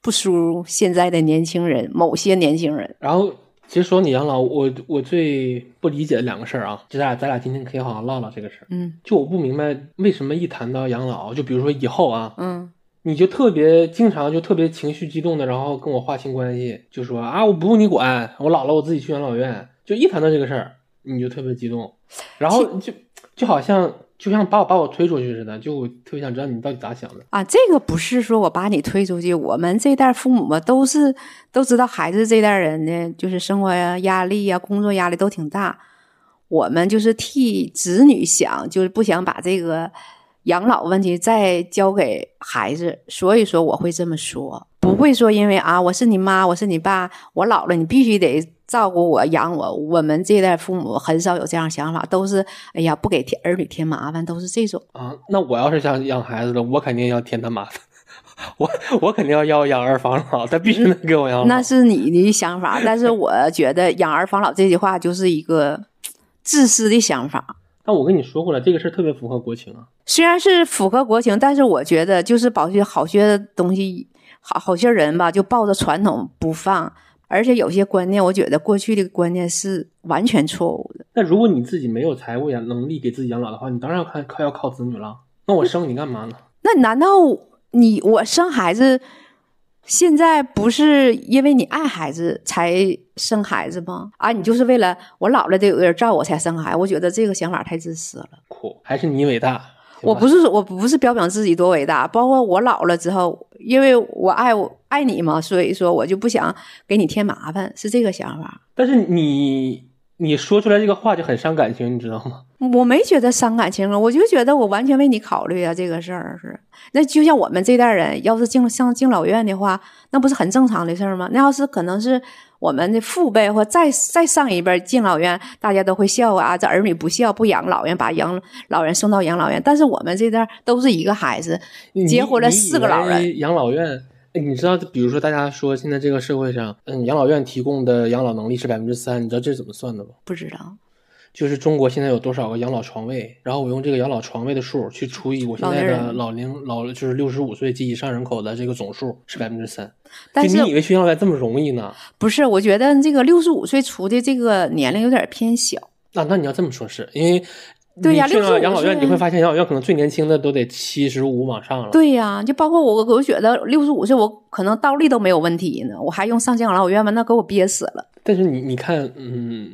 Speaker 2: 不输现在的年轻人，某些年轻人。
Speaker 1: 然后，其实说你养老，我我最不理解的两个事儿啊，就咱俩咱俩今天可以好好唠唠这个事儿。
Speaker 2: 嗯
Speaker 1: 就我不明白为什么一谈到养老，就比如说以后啊，
Speaker 2: 嗯。
Speaker 1: 你就特别经常就特别情绪激动的，然后跟我划清关系，就说啊我不用你管，我老了我自己去养老院。就一谈到这个事儿，你就特别激动，然后就就好像就像把我把我推出去似的，就我特别想知道你到底咋想的。
Speaker 2: 啊，这个不是说我把你推出去，我们这代父母嘛，都是都知道孩子这代人呢，就是生活呀压力呀、工作压力都挺大。我们就是替子女想，就是不想把这个养老问题再交给孩子，所以说我会这么说，不会说因为啊，我是你妈，我是你爸，我老了你必须得照顾我、养我。我们这代父母很少有这样想法，都是哎呀不给添儿女添麻烦，都是这种。
Speaker 1: 啊，那我要是想养孩子了，我肯定要添他麻烦，我我肯定要要养儿防老，他必须能给我养老。
Speaker 2: 那是你的想法，但是我觉得“养儿防老”这句话就是一个自私的想法。
Speaker 1: 但我跟你说过了，这个事儿特别符合国情啊。
Speaker 2: 虽然是符合国情，但是我觉得就是保学好学的东西，好好些人吧，就抱着传统不放，而且有些观念，我觉得过去的观念是完全错误的。
Speaker 1: 那如果你自己没有财务养能力给自己养老的话，你当然要看靠要靠子女了。那我生你干嘛呢？
Speaker 2: 那难道你我生孩子，现在不是因为你爱孩子才生孩子吗？啊，你就是为了我老了得有个人照顾我才生孩子？我觉得这个想法太自私了。
Speaker 1: 苦还是你伟大。行吧
Speaker 2: 我不是我不是标榜自己多伟大，包括我老了之后，因为我爱我爱你嘛，所以说我就不想给你添麻烦，是这个想法。
Speaker 1: 但是你你说出来这个话就很伤感情，你知道吗？
Speaker 2: 我没觉得伤感情了，我就觉得我完全为你考虑啊，这个事儿是。那就像我们这代人，要是敬上敬老院的话，那不是很正常的事儿吗？那要是可能是我们的父辈或再再上一辈儿敬老院，大家都会笑啊，这儿女不孝不养老院，把养老人送到养老院。但是我们这代儿都是一个孩子，
Speaker 1: 你
Speaker 2: 结婚了四个老人，
Speaker 1: 你以为养老院。哎，你知道，比如说大家说现在这个社会上，嗯，养老院提供的养老能力是百分之三，你知道这是怎么算的吗？
Speaker 2: 不知道
Speaker 1: 就是中国现在有多少个养老床位，然后我用这个养老床位的数去除以我现在
Speaker 2: 老年
Speaker 1: 的
Speaker 2: 人
Speaker 1: 老龄老就是六十五岁及以上人口的这个总数是百分之三。
Speaker 2: 但
Speaker 1: 就是你以为去养老院这么容易呢？
Speaker 2: 不是？我觉得这个六十五岁除的这个年龄有点偏小，
Speaker 1: 那、那你要这么说是，因为
Speaker 2: 对呀
Speaker 1: 你去
Speaker 2: 65
Speaker 1: 了养老院，
Speaker 2: 岁
Speaker 1: 你会发现养老院可能最年轻的都得七十五往上了。
Speaker 2: 对呀、就包括我，我觉得六十五岁我可能倒立都没有问题呢，我还用上养老院吗？那给我憋死了。
Speaker 1: 但是你你看，嗯，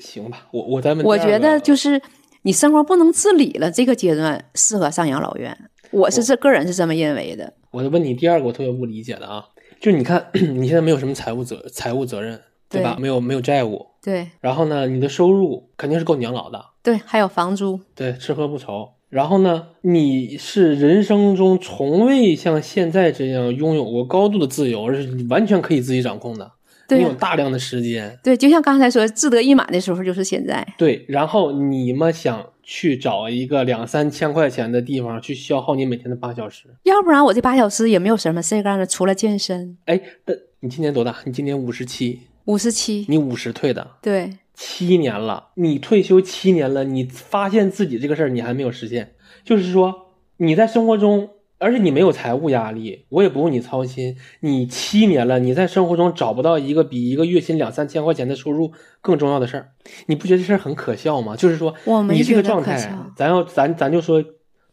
Speaker 1: 行吧，我我咱们
Speaker 2: 我觉得就是是你生活不能自理了，这个阶段适合上养老院。我是这个人是这么认为的。
Speaker 1: 我问你第二个我特别不理解的啊，就是你看 你现在没有什么财务责财务责任，对吧？
Speaker 2: 对
Speaker 1: 没有没有债务，
Speaker 2: 对
Speaker 1: 然后呢，你的收入肯定是够你养老的，
Speaker 2: 对，还有房租，
Speaker 1: 对，吃喝不愁。然后呢，你是人生中从未像现在这样拥有过高度的自由，而是你完全可以自己掌控的。
Speaker 2: 对
Speaker 1: 你
Speaker 2: 呀、
Speaker 1: 有大量的时间，
Speaker 2: 对，就像刚才说，志得意满的时候就是现在。
Speaker 1: 对，然后你们想去找一个两三千块钱的地方去消耗你每天的八小时。
Speaker 2: 要不然我这八小时也没有什么事儿干了，除了健身。
Speaker 1: 哎，但你今年多大？你今年五十七，
Speaker 2: 五十七，
Speaker 1: 你五十退的，
Speaker 2: 对
Speaker 1: 七年了，你退休七年了，你发现自己这个事儿你还没有实现，就是说你在生活中，而且你没有财务压力，我也不用你操心，你七年了，你在生活中找不到一个比一个月薪两三千块钱的收入更重要的事儿，你不觉得这事儿很可笑吗？就是说
Speaker 2: 我没
Speaker 1: 你这个
Speaker 2: 觉得
Speaker 1: 状
Speaker 2: 可
Speaker 1: 态
Speaker 2: 笑，
Speaker 1: 咱要咱咱就说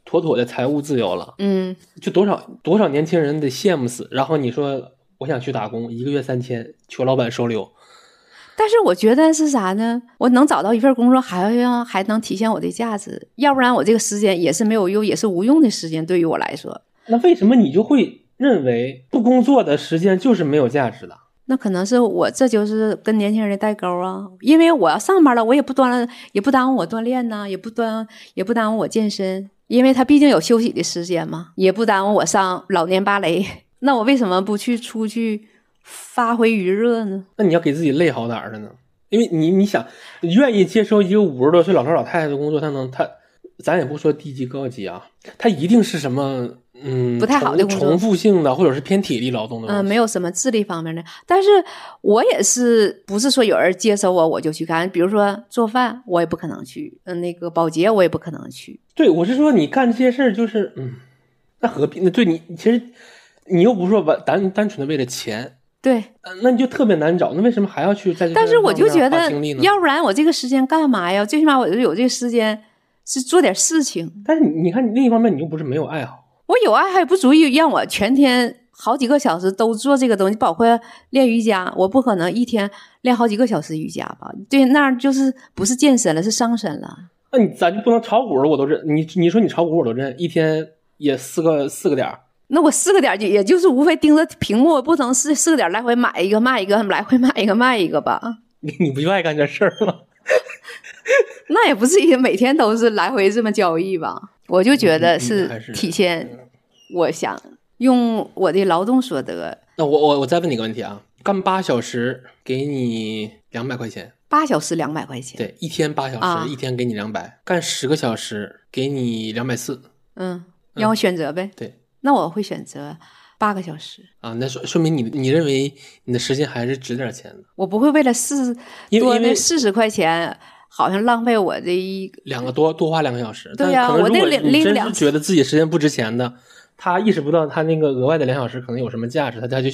Speaker 1: 妥妥的财务自由了。
Speaker 2: 嗯，
Speaker 1: 就多少多少年轻人得羡慕死。然后你说我想去打工，一个月三千，求老板收留。
Speaker 2: 但是我觉得是啥呢？我能找到一份工作，还要还能体现我的价值，要不然我这个时间也是没有用，也是无用的时间，对于我来说，
Speaker 1: 那为什么你就会认为不工作的时间就是没有价值的？
Speaker 2: 那可能是我这就是跟年轻人的代沟啊。因为我要上班了，我也不锻炼，也不耽误我锻炼呐、也不耽也不耽误我健身，因为他毕竟有休息的时间嘛，也不耽误我上老年芭蕾。 那我为什么不去出去发挥余热呢？
Speaker 1: 那你要给自己累好点儿的呢？因为你你想，愿意接受一个五十多岁老头老太太的工作，他能他，咱也不说低级高级啊，他一定是什么嗯
Speaker 2: 不太好的
Speaker 1: 重
Speaker 2: 工作
Speaker 1: 重复性的，或者是偏体力劳动的东西。
Speaker 2: 嗯，没有什么智力方面的，但是我也是不是说有人接手我我就去干，比如说做饭我也不可能去，嗯，那个保洁我也不可能去，
Speaker 1: 对，我是说你干这些事儿就是，嗯，那何必？那对你其实你又不是说完单单纯的为了钱，
Speaker 2: 对。
Speaker 1: 呃那你就特别难找。那为什么还要去在这
Speaker 2: 但
Speaker 1: 上
Speaker 2: 是我
Speaker 1: 面
Speaker 2: 就觉
Speaker 1: 花
Speaker 2: 得
Speaker 1: 精力，呢？
Speaker 2: 要不然我这个时间干嘛呀？最起码我就有这个时间是做点事情。
Speaker 1: 但是你你看，另一方面你又不是没有爱好，
Speaker 2: 我有爱还不足以让我全天好几个小时都做这个东西，包括练瑜伽，我不可能一天练好几个小时瑜伽吧？对，那样就是不是健身了，是伤身了。
Speaker 1: 那你咱就不能炒股了？我都认你，你说你炒股我都认，一天也四个四个点儿。
Speaker 2: 那我四个点儿就也就是无非盯着屏幕，不能是四个点儿来回买一个卖一个，来回买一个卖一个吧？
Speaker 1: 你你不就爱干这事儿吗？
Speaker 2: 那也不至于每天都是来回这么交易吧？我就觉得
Speaker 1: 嗯嗯还
Speaker 2: 是
Speaker 1: 是
Speaker 2: 体现，我想用我的劳动所得，
Speaker 1: 那我我我再问你个问题啊，干八小时给你两百块钱，
Speaker 2: 八小时两百块钱，
Speaker 1: 对，一天八小时，
Speaker 2: 啊
Speaker 1: 一天给你两百，干十个小时给你两百四，
Speaker 2: 嗯，让我选择呗。
Speaker 1: 对，
Speaker 2: 那我会选择八个小时，
Speaker 1: 啊，那说说明你你认为你的时间还是值点钱的，
Speaker 2: 我不会为了四
Speaker 1: 因为
Speaker 2: 多
Speaker 1: 因为
Speaker 2: 那四十块钱，好像浪费我的一
Speaker 1: 两个多多花两个小时，
Speaker 2: 对
Speaker 1: 但
Speaker 2: 呀
Speaker 1: 可能
Speaker 2: 我
Speaker 1: 如
Speaker 2: 得
Speaker 1: 果
Speaker 2: 领
Speaker 1: 你
Speaker 2: 拎
Speaker 1: 真
Speaker 2: 两
Speaker 1: 是觉得自己时间不值钱的，他意识不到他那个额外的两小时可能有什么价值，他他就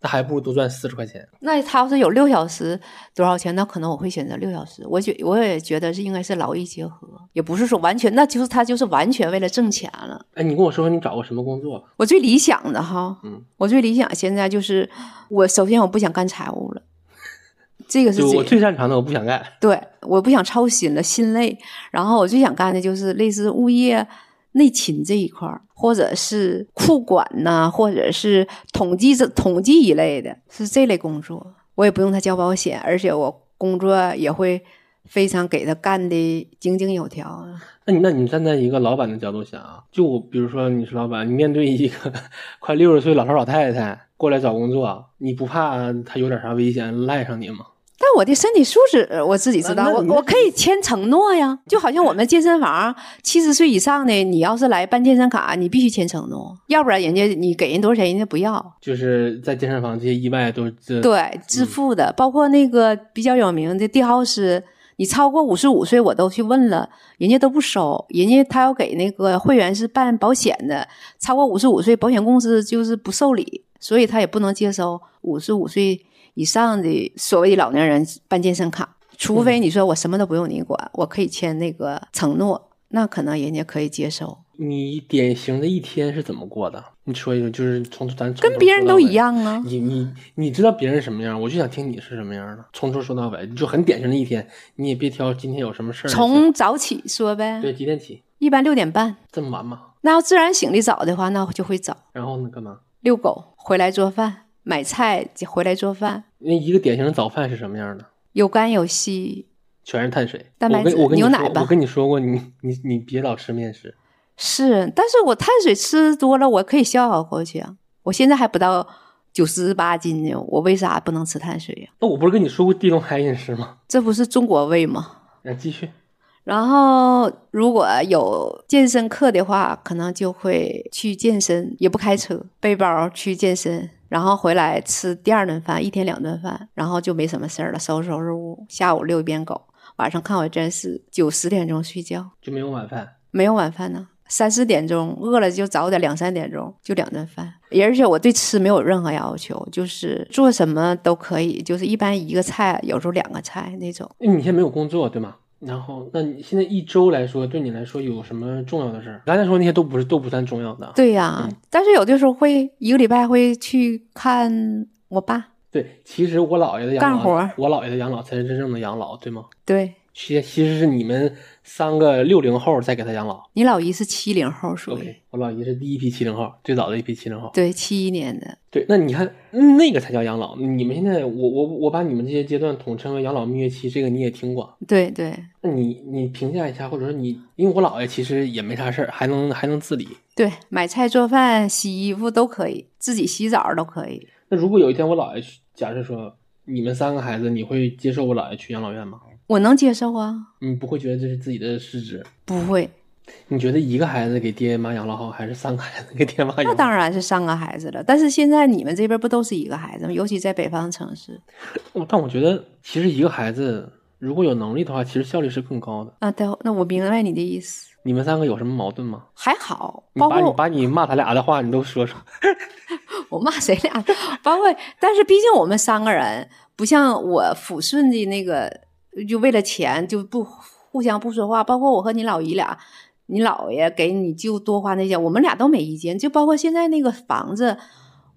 Speaker 1: 他还不如多赚四十块钱。
Speaker 2: 那他要是有六小时多少钱，那可能我会选择六小时。我觉我也觉得是应该是劳逸结合，也不是说完全，那就是他就是完全为了挣钱了。
Speaker 1: 哎，你跟我说说你找过什么工作吧？
Speaker 2: 我最理想的哈，
Speaker 1: 嗯，
Speaker 2: 我最理想现在就是我首先我不想干财务了，这个是
Speaker 1: 就我
Speaker 2: 最
Speaker 1: 最擅长的，我不想干。
Speaker 2: 对，我不想操心了，心累。然后我最想干的就是类似物业内勤这一块儿，或者是库管呐、或者是统计这统计一类的，是这类工作。我也不用他交保险，而且我工作也会非常给他干的井井有条啊。
Speaker 1: 那你那你站在一个老板的角度想啊，就我比如说你是老板，你面对一个 快六十岁老头老太太过来找工作，你不怕他有点啥危险赖上你吗？
Speaker 2: 但我的身体素质呃我自己知
Speaker 1: 那
Speaker 2: 道，
Speaker 1: 那
Speaker 2: 我
Speaker 1: 你
Speaker 2: 我
Speaker 1: 那
Speaker 2: 可以签承诺呀。就好像我们健身房七十岁以上的，你要是来办健身卡，你必须签承诺，要不然人家你给人多少钱，人家不要。
Speaker 1: 就是在健身房这些意外都这
Speaker 2: 对，支付的，包括那个比较有名的地浩斯，你超过五十五岁，我都去问了，人家都不收，人家他要给那个会员是办保险的，超过五十五岁，保险公司就是不受理，所以他也不能接收五十五岁以上的所谓的老年人办健身卡，除非你说我什么都不用你管，我可以签那个承诺，那可能人家可以接受，
Speaker 1: 你典型的一天是怎么过的？你说一说，就是从头咱从
Speaker 2: 跟
Speaker 1: 头
Speaker 2: 别
Speaker 1: 说
Speaker 2: 人
Speaker 1: 到
Speaker 2: 都
Speaker 1: 尾
Speaker 2: 一。样啊。
Speaker 1: 你你你知道别人什么样，我就想听你是什么样的，从头说到尾，就很典型的一天。你也别挑今天有什么事儿。
Speaker 2: 从早起说呗，
Speaker 1: 对几点起？
Speaker 2: 一般六点半。
Speaker 1: 这么晚吗？
Speaker 2: 那要自然醒的早的话，那我就会早
Speaker 1: 然后呢？干嘛？
Speaker 2: 遛狗，回来做饭，买菜回来做饭，
Speaker 1: 那一个典型的早饭是什么样的？
Speaker 2: 有干有稀。
Speaker 1: 全是碳水，
Speaker 2: 蛋白
Speaker 1: 我
Speaker 2: 质
Speaker 1: 跟我跟你
Speaker 2: 牛
Speaker 1: 说
Speaker 2: 奶吧
Speaker 1: 我跟你说过，你你你别老吃面食。
Speaker 2: 是，但是我碳水吃多了，我可以消耗过去啊。我现在还不到九十八斤呢，我为啥不能吃碳水呀、啊
Speaker 1: 那我不是跟你说过地中海饮食吗？
Speaker 2: 这不是中国胃吗？
Speaker 1: 那继续，
Speaker 2: 然后如果有健身课的话，可能就会去健身，也不开车，背包去健身，然后回来吃第二顿饭，一天两顿饭，然后就没什么事儿了，收拾收拾屋，下午遛一遍狗，晚上看会儿电视，九十点钟睡觉，
Speaker 1: 就没有晚饭。
Speaker 2: 没有晚饭呢。三四点钟饿了就早点，两三点钟就两顿饭。而且我对吃没有任何要求，就是做什么都可以，就是一般一个菜，有时候两个菜那种。
Speaker 1: 那你现在没有工作对吗？然后，那你现在一周来说，对你来说有什么重要的事儿？刚才说那些都不是，都不算重要的。
Speaker 2: 对呀、
Speaker 1: 嗯
Speaker 2: 但是有的时候会一个礼拜会去看我爸，
Speaker 1: 对，其实我姥爷的养老，
Speaker 2: 干活儿
Speaker 1: 我姥爷的养老才是真正的养老，对吗？
Speaker 2: 对
Speaker 1: 其其实是你们三个六零后在给他养老。
Speaker 2: 你老姨是七零后，属于
Speaker 1: OK，我姥爷是第一批七零后，最早的一批七零后。
Speaker 2: 对七一年的，
Speaker 1: 对，那你看，嗯那个才叫养老。你们现在，我我我把你们这些阶段统称为养老蜜月期，这个你也听过。
Speaker 2: 对对
Speaker 1: 那你你评价一下，或者说你，因为我姥爷其实也没啥事儿，还能还能自理。
Speaker 2: 对，买菜做饭、洗衣服都可以，自己洗澡都可以。
Speaker 1: 那如果有一天我姥爷去，假设说你们三个孩子，你会接受我姥爷去养老院吗？
Speaker 2: 我能接受啊，
Speaker 1: 你不会觉得这是自己的失职？
Speaker 2: 不会，
Speaker 1: 你觉得一个孩子给爹妈养老好，还是三个孩子给爹妈养老？
Speaker 2: 那当，然是三个孩子了。但是现在你们这边不都是一个孩子吗？尤其在北方城市
Speaker 1: 但我觉得其实一个孩子如果有能力的话，其实效率是更高的。
Speaker 2: 啊，对，那我明白你的意思，
Speaker 1: 你们三个有什么矛盾吗？
Speaker 2: 还好，
Speaker 1: 你
Speaker 2: 包
Speaker 1: 把
Speaker 2: 括
Speaker 1: 你把你骂他俩的话，你都说说。
Speaker 2: 我骂谁俩？包括，但是毕竟我们三个人不像我抚顺的那个，就为了钱就不互相不说话。包括我和你老姨俩，你姥爷给你就多花那些，我们俩都没意见。就包括现在那个房子，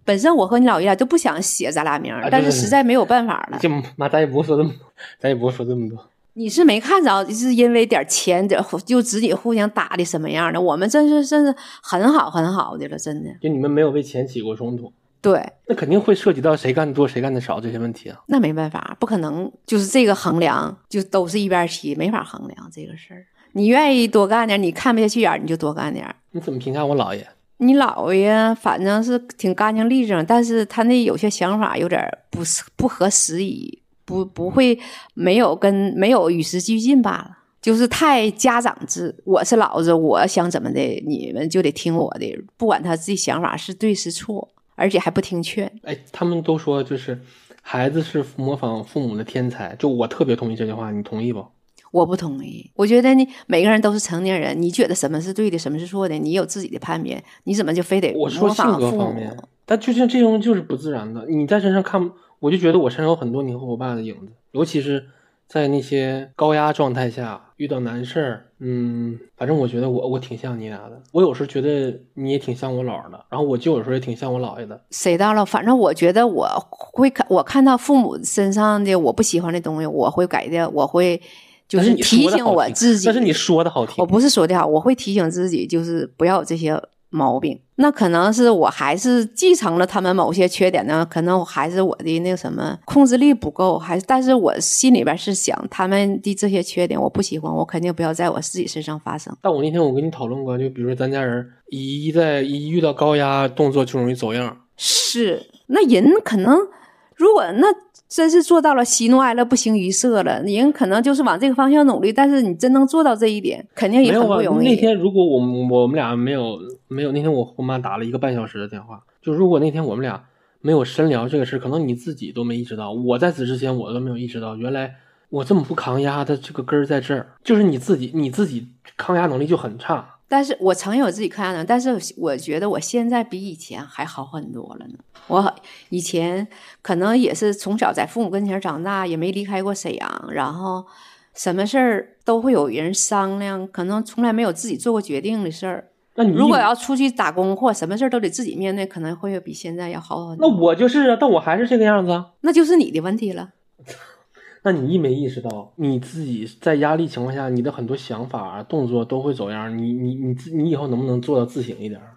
Speaker 2: 本身我和你老姨俩都不想写咱俩名
Speaker 1: 啊
Speaker 2: 儿，
Speaker 1: 对
Speaker 2: 但是
Speaker 1: 对对
Speaker 2: 实在没有办法了。
Speaker 1: 就妈，咱也不会说这么，咱也不会说这么多。
Speaker 2: 你是没看着，就是因为点儿钱，这就自己互相打的什么样的？我们真是真是很好很好的了，真的。
Speaker 1: 就你们没有为钱起过冲突，
Speaker 2: 对，
Speaker 1: 那肯定会涉及到谁干得多谁干得少这些问题啊。
Speaker 2: 那没办法，不可能，就是这个衡量就都是一边儿齐，没法衡量这个事儿。你愿意多干点儿，你看不下去眼儿你就多干点儿。
Speaker 1: 你怎么评价我姥爷？
Speaker 2: 你姥爷反正是挺干净利整，但是他那有些想法有点儿不是不合时宜，不不会没有跟没有与时俱进罢了，就是太家长制。我是老子，我想怎么的，你们就得听我的，不管他自己想法是对是错，而且还不听劝。
Speaker 1: 哎，他们都说就是孩子是模仿父母的天才，就我特别同意这句话，你同意不？
Speaker 2: 我不同意。我觉得你每个人都是成年人，你觉得什么是对的，什么是错的，你有自己的判别，你怎么就非得
Speaker 1: 我说
Speaker 2: 模
Speaker 1: 性
Speaker 2: 仿
Speaker 1: 格
Speaker 2: 父
Speaker 1: 方
Speaker 2: 母
Speaker 1: 面？，但就像这种就是不自然的，你在身上看，我就觉得我身上有很多你和我爸的影子，尤其是在那些高压状态下遇到难事儿，嗯，反正我觉得我我挺像你俩的，我有时候觉得你也挺像我姥儿的，然后我舅有时候也挺像我姥爷的，
Speaker 2: 谁到了？反正我觉得我会看，我看到父母身上的我不喜欢的东西，我会改掉，我会就
Speaker 1: 但是你
Speaker 2: 提
Speaker 1: 说得
Speaker 2: 醒
Speaker 1: 好
Speaker 2: 我
Speaker 1: 听
Speaker 2: 自己。
Speaker 1: 但是你说的好听，
Speaker 2: 我不是说的好，我会提醒自己，就是不要有这些毛病。那可能是我还是继承了他们某些缺点呢，可能我还是我的那个什么控制力不够，还是但是我心里边是想他们的这些缺点我不喜欢，我肯定不要在我自己身上发生。
Speaker 1: 但我那天我跟你讨论过，就比如说咱家人一在一遇到高压，动作就容易走样。
Speaker 2: 是，那人可能如果那真是做到了喜怒哀乐不形于色了，人可能就是往这个方向努力，但是你真能做到这一点，肯定
Speaker 1: 没
Speaker 2: 也很
Speaker 1: 有
Speaker 2: 不
Speaker 1: 啊，
Speaker 2: 容易。
Speaker 1: 那天如果我们我们俩没有没有那天我和我妈打了一个半小时的电话，就如果那天我们俩没有深聊这个事，可能你自己都没意识到，我在此之前我都没有意识到，原来我这么不抗压的这个根儿在这儿，就是你自己你自己抗压能力就很差。
Speaker 2: 但是我承认我自己抗压能力，但是我觉得我现在比以前还好很多了呢。我以前可能也是从小在父母跟前长大，也没离开过沈阳，然后什么事儿都会有人商量，可能从来没有自己做过决定的事儿。
Speaker 1: 那你一
Speaker 2: 如果要出去打工或什么事儿都得自己面对，可能会比现在要好很
Speaker 1: 那
Speaker 2: 多。
Speaker 1: 我就是啊，但我还是这个样子啊。
Speaker 2: 那就是你的问题了。
Speaker 1: 那你意没意识到，你自己在压力情况下，你的很多想法啊、动作都会走样儿？你你你自你以后能不能做到自省一点儿？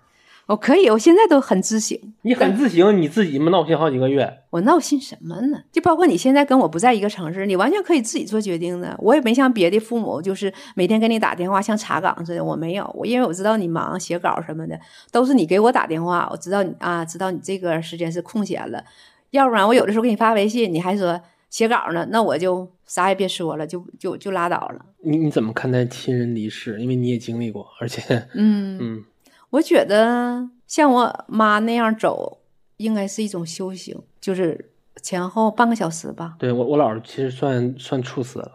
Speaker 2: 我可以，我现在都很自省。
Speaker 1: 你很自省，你自己嘛闹心好几个月，
Speaker 2: 我闹心什么呢？就包括你现在跟我不在一个城市，你完全可以自己做决定的。我也没像别的父母，就是每天跟你打电话像查岗似的，我没有。我因为我知道你忙写稿什么的，都是你给我打电话，我知道你啊，知道你这个时间是空闲了。要不然我有的时候给你发微信，你还说写稿呢，那我就啥也别说了，就就就拉倒了。
Speaker 1: 你你怎么看待亲人离世？因为你也经历过，而 且，
Speaker 2: 嗯，
Speaker 1: 嗯，
Speaker 2: 我觉得像我妈那样走，应该是一种修行，就是前后半个小时吧。
Speaker 1: 对我我姥儿其实算算处死了，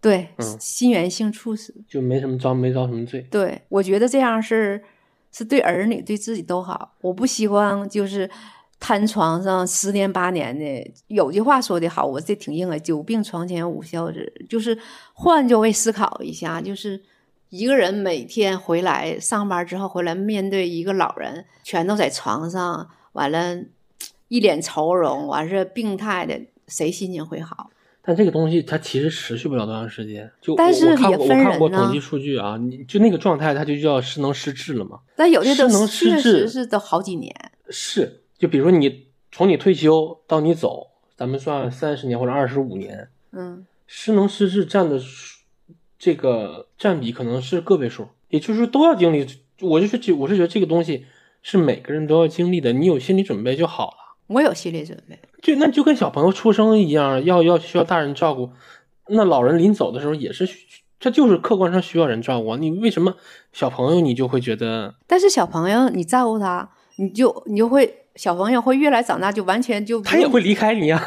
Speaker 2: 对，
Speaker 1: 嗯
Speaker 2: 心源性猝死。
Speaker 1: 就没什么遭没遭什么罪。
Speaker 2: 对，我觉得这样是是对儿女对自己都好。我不希望就是瘫床上十年八年的。有句话说的好，我这挺硬啊，“久病床前无孝子”，就是换就位思考一下，就是。一个人每天回来上班之后回来，面对一个老人，全都在床上，完了，一脸愁容，完是病态的，谁心情会好？
Speaker 1: 但这个东西它其实持续不了多长时间。就我
Speaker 2: 但是
Speaker 1: 我看
Speaker 2: 也
Speaker 1: 过我
Speaker 2: 分
Speaker 1: 看过
Speaker 2: 人呢
Speaker 1: 统计数据啊，你就那个状态，它就叫失能失智了嘛。
Speaker 2: 但有的
Speaker 1: 失
Speaker 2: 都
Speaker 1: 能失
Speaker 2: 确
Speaker 1: 智
Speaker 2: 实是都好几年，
Speaker 1: 是，就比如说你从你退休到你走，咱们算三十年或者二十五年，
Speaker 2: 嗯。
Speaker 1: 失能失智占的数这个占比可能是个位数，也就是说都要经历。我就是觉，我是觉得这个东西是每个人都要经历的，你有心理准备就好了。
Speaker 2: 我有心理准备，
Speaker 1: 就那就跟小朋友出生一样，要要需要大人照顾。那老人临走的时候也是需，这就是客观上需要人照顾啊。你为什么小朋友你就会觉得
Speaker 2: 但是小朋友你照顾他，你就你就会小朋友会越来长大就完全就不
Speaker 1: 他也
Speaker 2: 用
Speaker 1: 会离开你呀、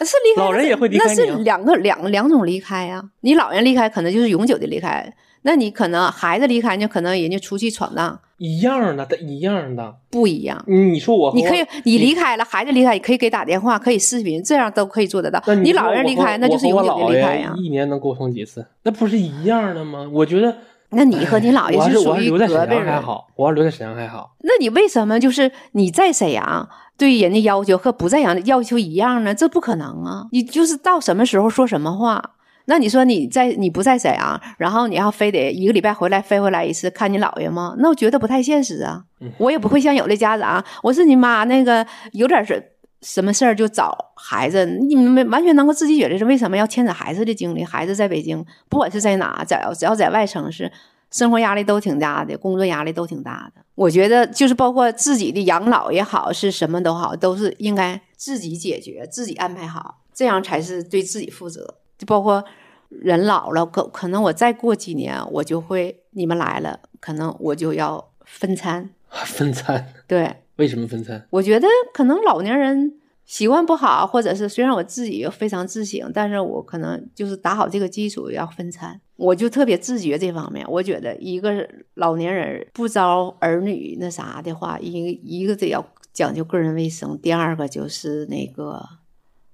Speaker 2: 是离开
Speaker 1: 老人也会离开
Speaker 2: 那是
Speaker 1: 你啊
Speaker 2: 两个两两种离开呀、你老人离开可能就是永久的离开，那你可能孩子离开就可能人家出去闯荡
Speaker 1: 一样的，他一样的。
Speaker 2: 不一样。
Speaker 1: 你说我和
Speaker 2: 你可以，你
Speaker 1: 哦你
Speaker 2: 离开了，孩子离开，你可以给打电话，可以视频，这样都可以做得到。
Speaker 1: 那
Speaker 2: 你
Speaker 1: 说
Speaker 2: 老人
Speaker 1: 我
Speaker 2: 离
Speaker 1: 和
Speaker 2: 开，那就是
Speaker 1: 我
Speaker 2: 永
Speaker 1: 和
Speaker 2: 久
Speaker 1: 我
Speaker 2: 的离
Speaker 1: 姥
Speaker 2: 开
Speaker 1: 爷
Speaker 2: 呀。
Speaker 1: 一年能沟通几次？那不是一样的吗？我觉得
Speaker 2: 那你和你姥爷
Speaker 1: 我要
Speaker 2: 啊是
Speaker 1: 是我
Speaker 2: 属
Speaker 1: 要
Speaker 2: 于
Speaker 1: 留在沈
Speaker 2: 隔辈
Speaker 1: 阳还
Speaker 2: 人，
Speaker 1: 好，我要留在沈阳还好。
Speaker 2: 那你为什么就是你在沈阳对人的要求和不在沈阳的要求一样呢？这不可能啊！你就是到什么时候说什么话。那你说你在你不在沈阳，然后你要非得一个礼拜回来飞回来一次看你姥爷吗？那我觉得不太现实啊
Speaker 1: 嗯。
Speaker 2: 我也不会像有的家长，啊我是你妈那个有点什什么事儿就找孩子，你们完全能够自己觉得是为什么要牵扯孩子的经历。孩子在北京，不管是在哪，只要只要在外城市，生活压力都挺大的，工作压力都挺大的。我觉得就是包括自己的养老也好，是什么都好，都是应该自己解决、自己安排好，这样才是对自己负责。就包括人老了，可可能我再过几年，我就会你们来了，可能我就要分餐。
Speaker 1: 分餐
Speaker 2: 对
Speaker 1: 为什么分餐？
Speaker 2: 我觉得可能老年人习惯不好，或者是虽然我自己非常自省，但是我可能就是打好这个基础要分餐，我就特别自觉这方面。我觉得一个老年人不招儿女那啥的话，一一个得要讲究个人卫生，第二个就是那个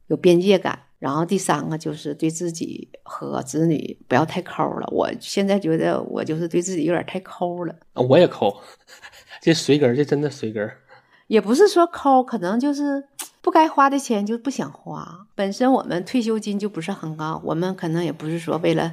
Speaker 2: 有边界感，然后第三个就是对自己和子女不要太抠了。我现在觉得我就是对自己有点太抠了。
Speaker 1: 啊我也抠，这随根儿，这真的随根儿。
Speaker 2: 也不是说抠，可能就是不该花的钱就不想花。本身我们退休金就不是很高，我们可能也不是说为了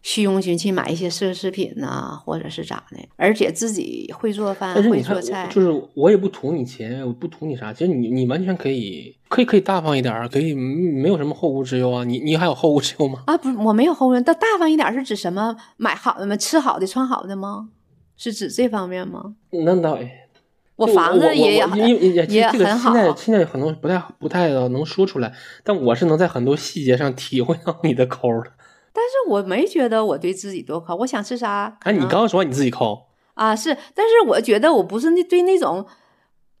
Speaker 2: 虚荣心去买一些奢侈品呐、或者是咋的。而且自己会做饭
Speaker 1: 但，是
Speaker 2: 嗯会
Speaker 1: 你看，
Speaker 2: 做
Speaker 1: 我
Speaker 2: 菜，
Speaker 1: 就是我也不图你钱，我不图你啥，其实你你完全可以，可以可以大方一点儿，可以嗯没有什么后顾之忧啊。你你还有后顾之忧吗？
Speaker 2: 啊，不是，我没有后人，但大方一点是指什么？买好的吗？吃好的、穿好的吗？是指这方面吗？
Speaker 1: 那倒也，
Speaker 2: 我
Speaker 1: 就
Speaker 2: 房子也
Speaker 1: 我我因为也
Speaker 2: 也
Speaker 1: 这个
Speaker 2: 很
Speaker 1: 现在
Speaker 2: 好，
Speaker 1: 现在可能不太不太能说出来，但我是能在很多细节上体会到你的抠儿的。
Speaker 2: 但是我没觉得我对自己多抠。我想吃啥，可
Speaker 1: 哎，你
Speaker 2: 能
Speaker 1: 刚刚说你自己抠，
Speaker 2: 啊，是，但是我觉得我不是那对那种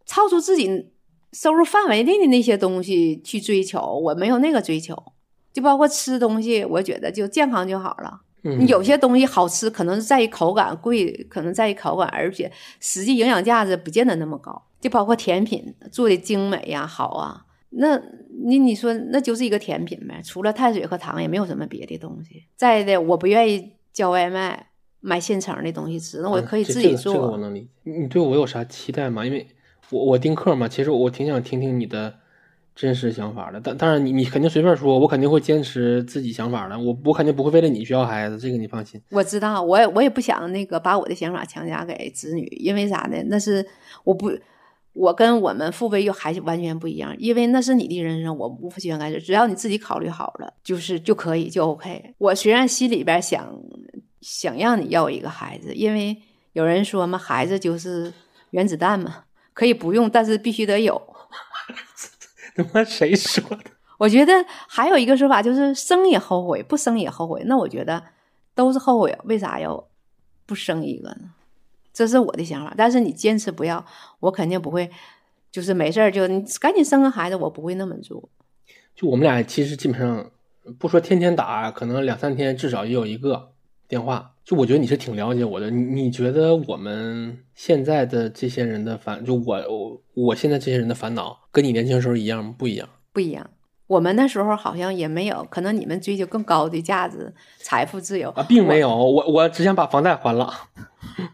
Speaker 2: 超出自己收入范围内的那些东西去追求，我没有那个追求。就包括吃东西，我觉得就健康就好了。
Speaker 1: 嗯，
Speaker 2: 有些东西好吃，可能是在于口感贵，可能在于口感，而且实际营养价值不见得那么高。就包括甜品做的精美呀、好啊，那你你说那就是一个甜品呗，除了碳水和糖，也没有什么别的东西。再的，我不愿意叫外卖买现成的东西吃，那我
Speaker 1: 嗯
Speaker 2: 可以
Speaker 1: 这
Speaker 2: 自
Speaker 1: 这
Speaker 2: 己
Speaker 1: 个
Speaker 2: 做。
Speaker 1: 这个我能理解。你你对我有啥期待吗？因为我我丁克嘛，其实我挺想听听你的真实想法的。但当然你，你肯定随便说，我肯定会坚持自己想法的。我我肯定不会为了你去要孩子，这个你放心。
Speaker 2: 我知道，我也我也不想那个把我的想法强加给子女，因为啥呢？那是我不，我跟我们父辈又还是完全不一样，因为那是你的人生，我无权干涉，只要你自己考虑好了，就是就可以就 OK。我虽然心里边想想让你要一个孩子，因为有人说嘛，孩子就是原子弹嘛，可以不用，但是必须得有。
Speaker 1: 他妈谁说的？
Speaker 2: 我觉得还有一个说法就是生也后悔，不生也后悔。那我觉得都是后悔，为啥要不生一个呢？这是我的想法。但是你坚持不要，我肯定不会，就是没事儿就你赶紧生个孩子，我不会那么做。
Speaker 1: 就我们俩其实基本上不说天天打，可能两三天至少也有一个电话。就我觉得你是挺了解我的，你你觉得我们现在的这些人的烦，就我我我现在这些人的烦恼，跟你年轻时候一样吗？不一样？
Speaker 2: 不一样，我们那时候好像也没有，可能你们追求更高的价值、财富自由
Speaker 1: 啊，并没有，我我只想把房贷还了。
Speaker 2: 嗯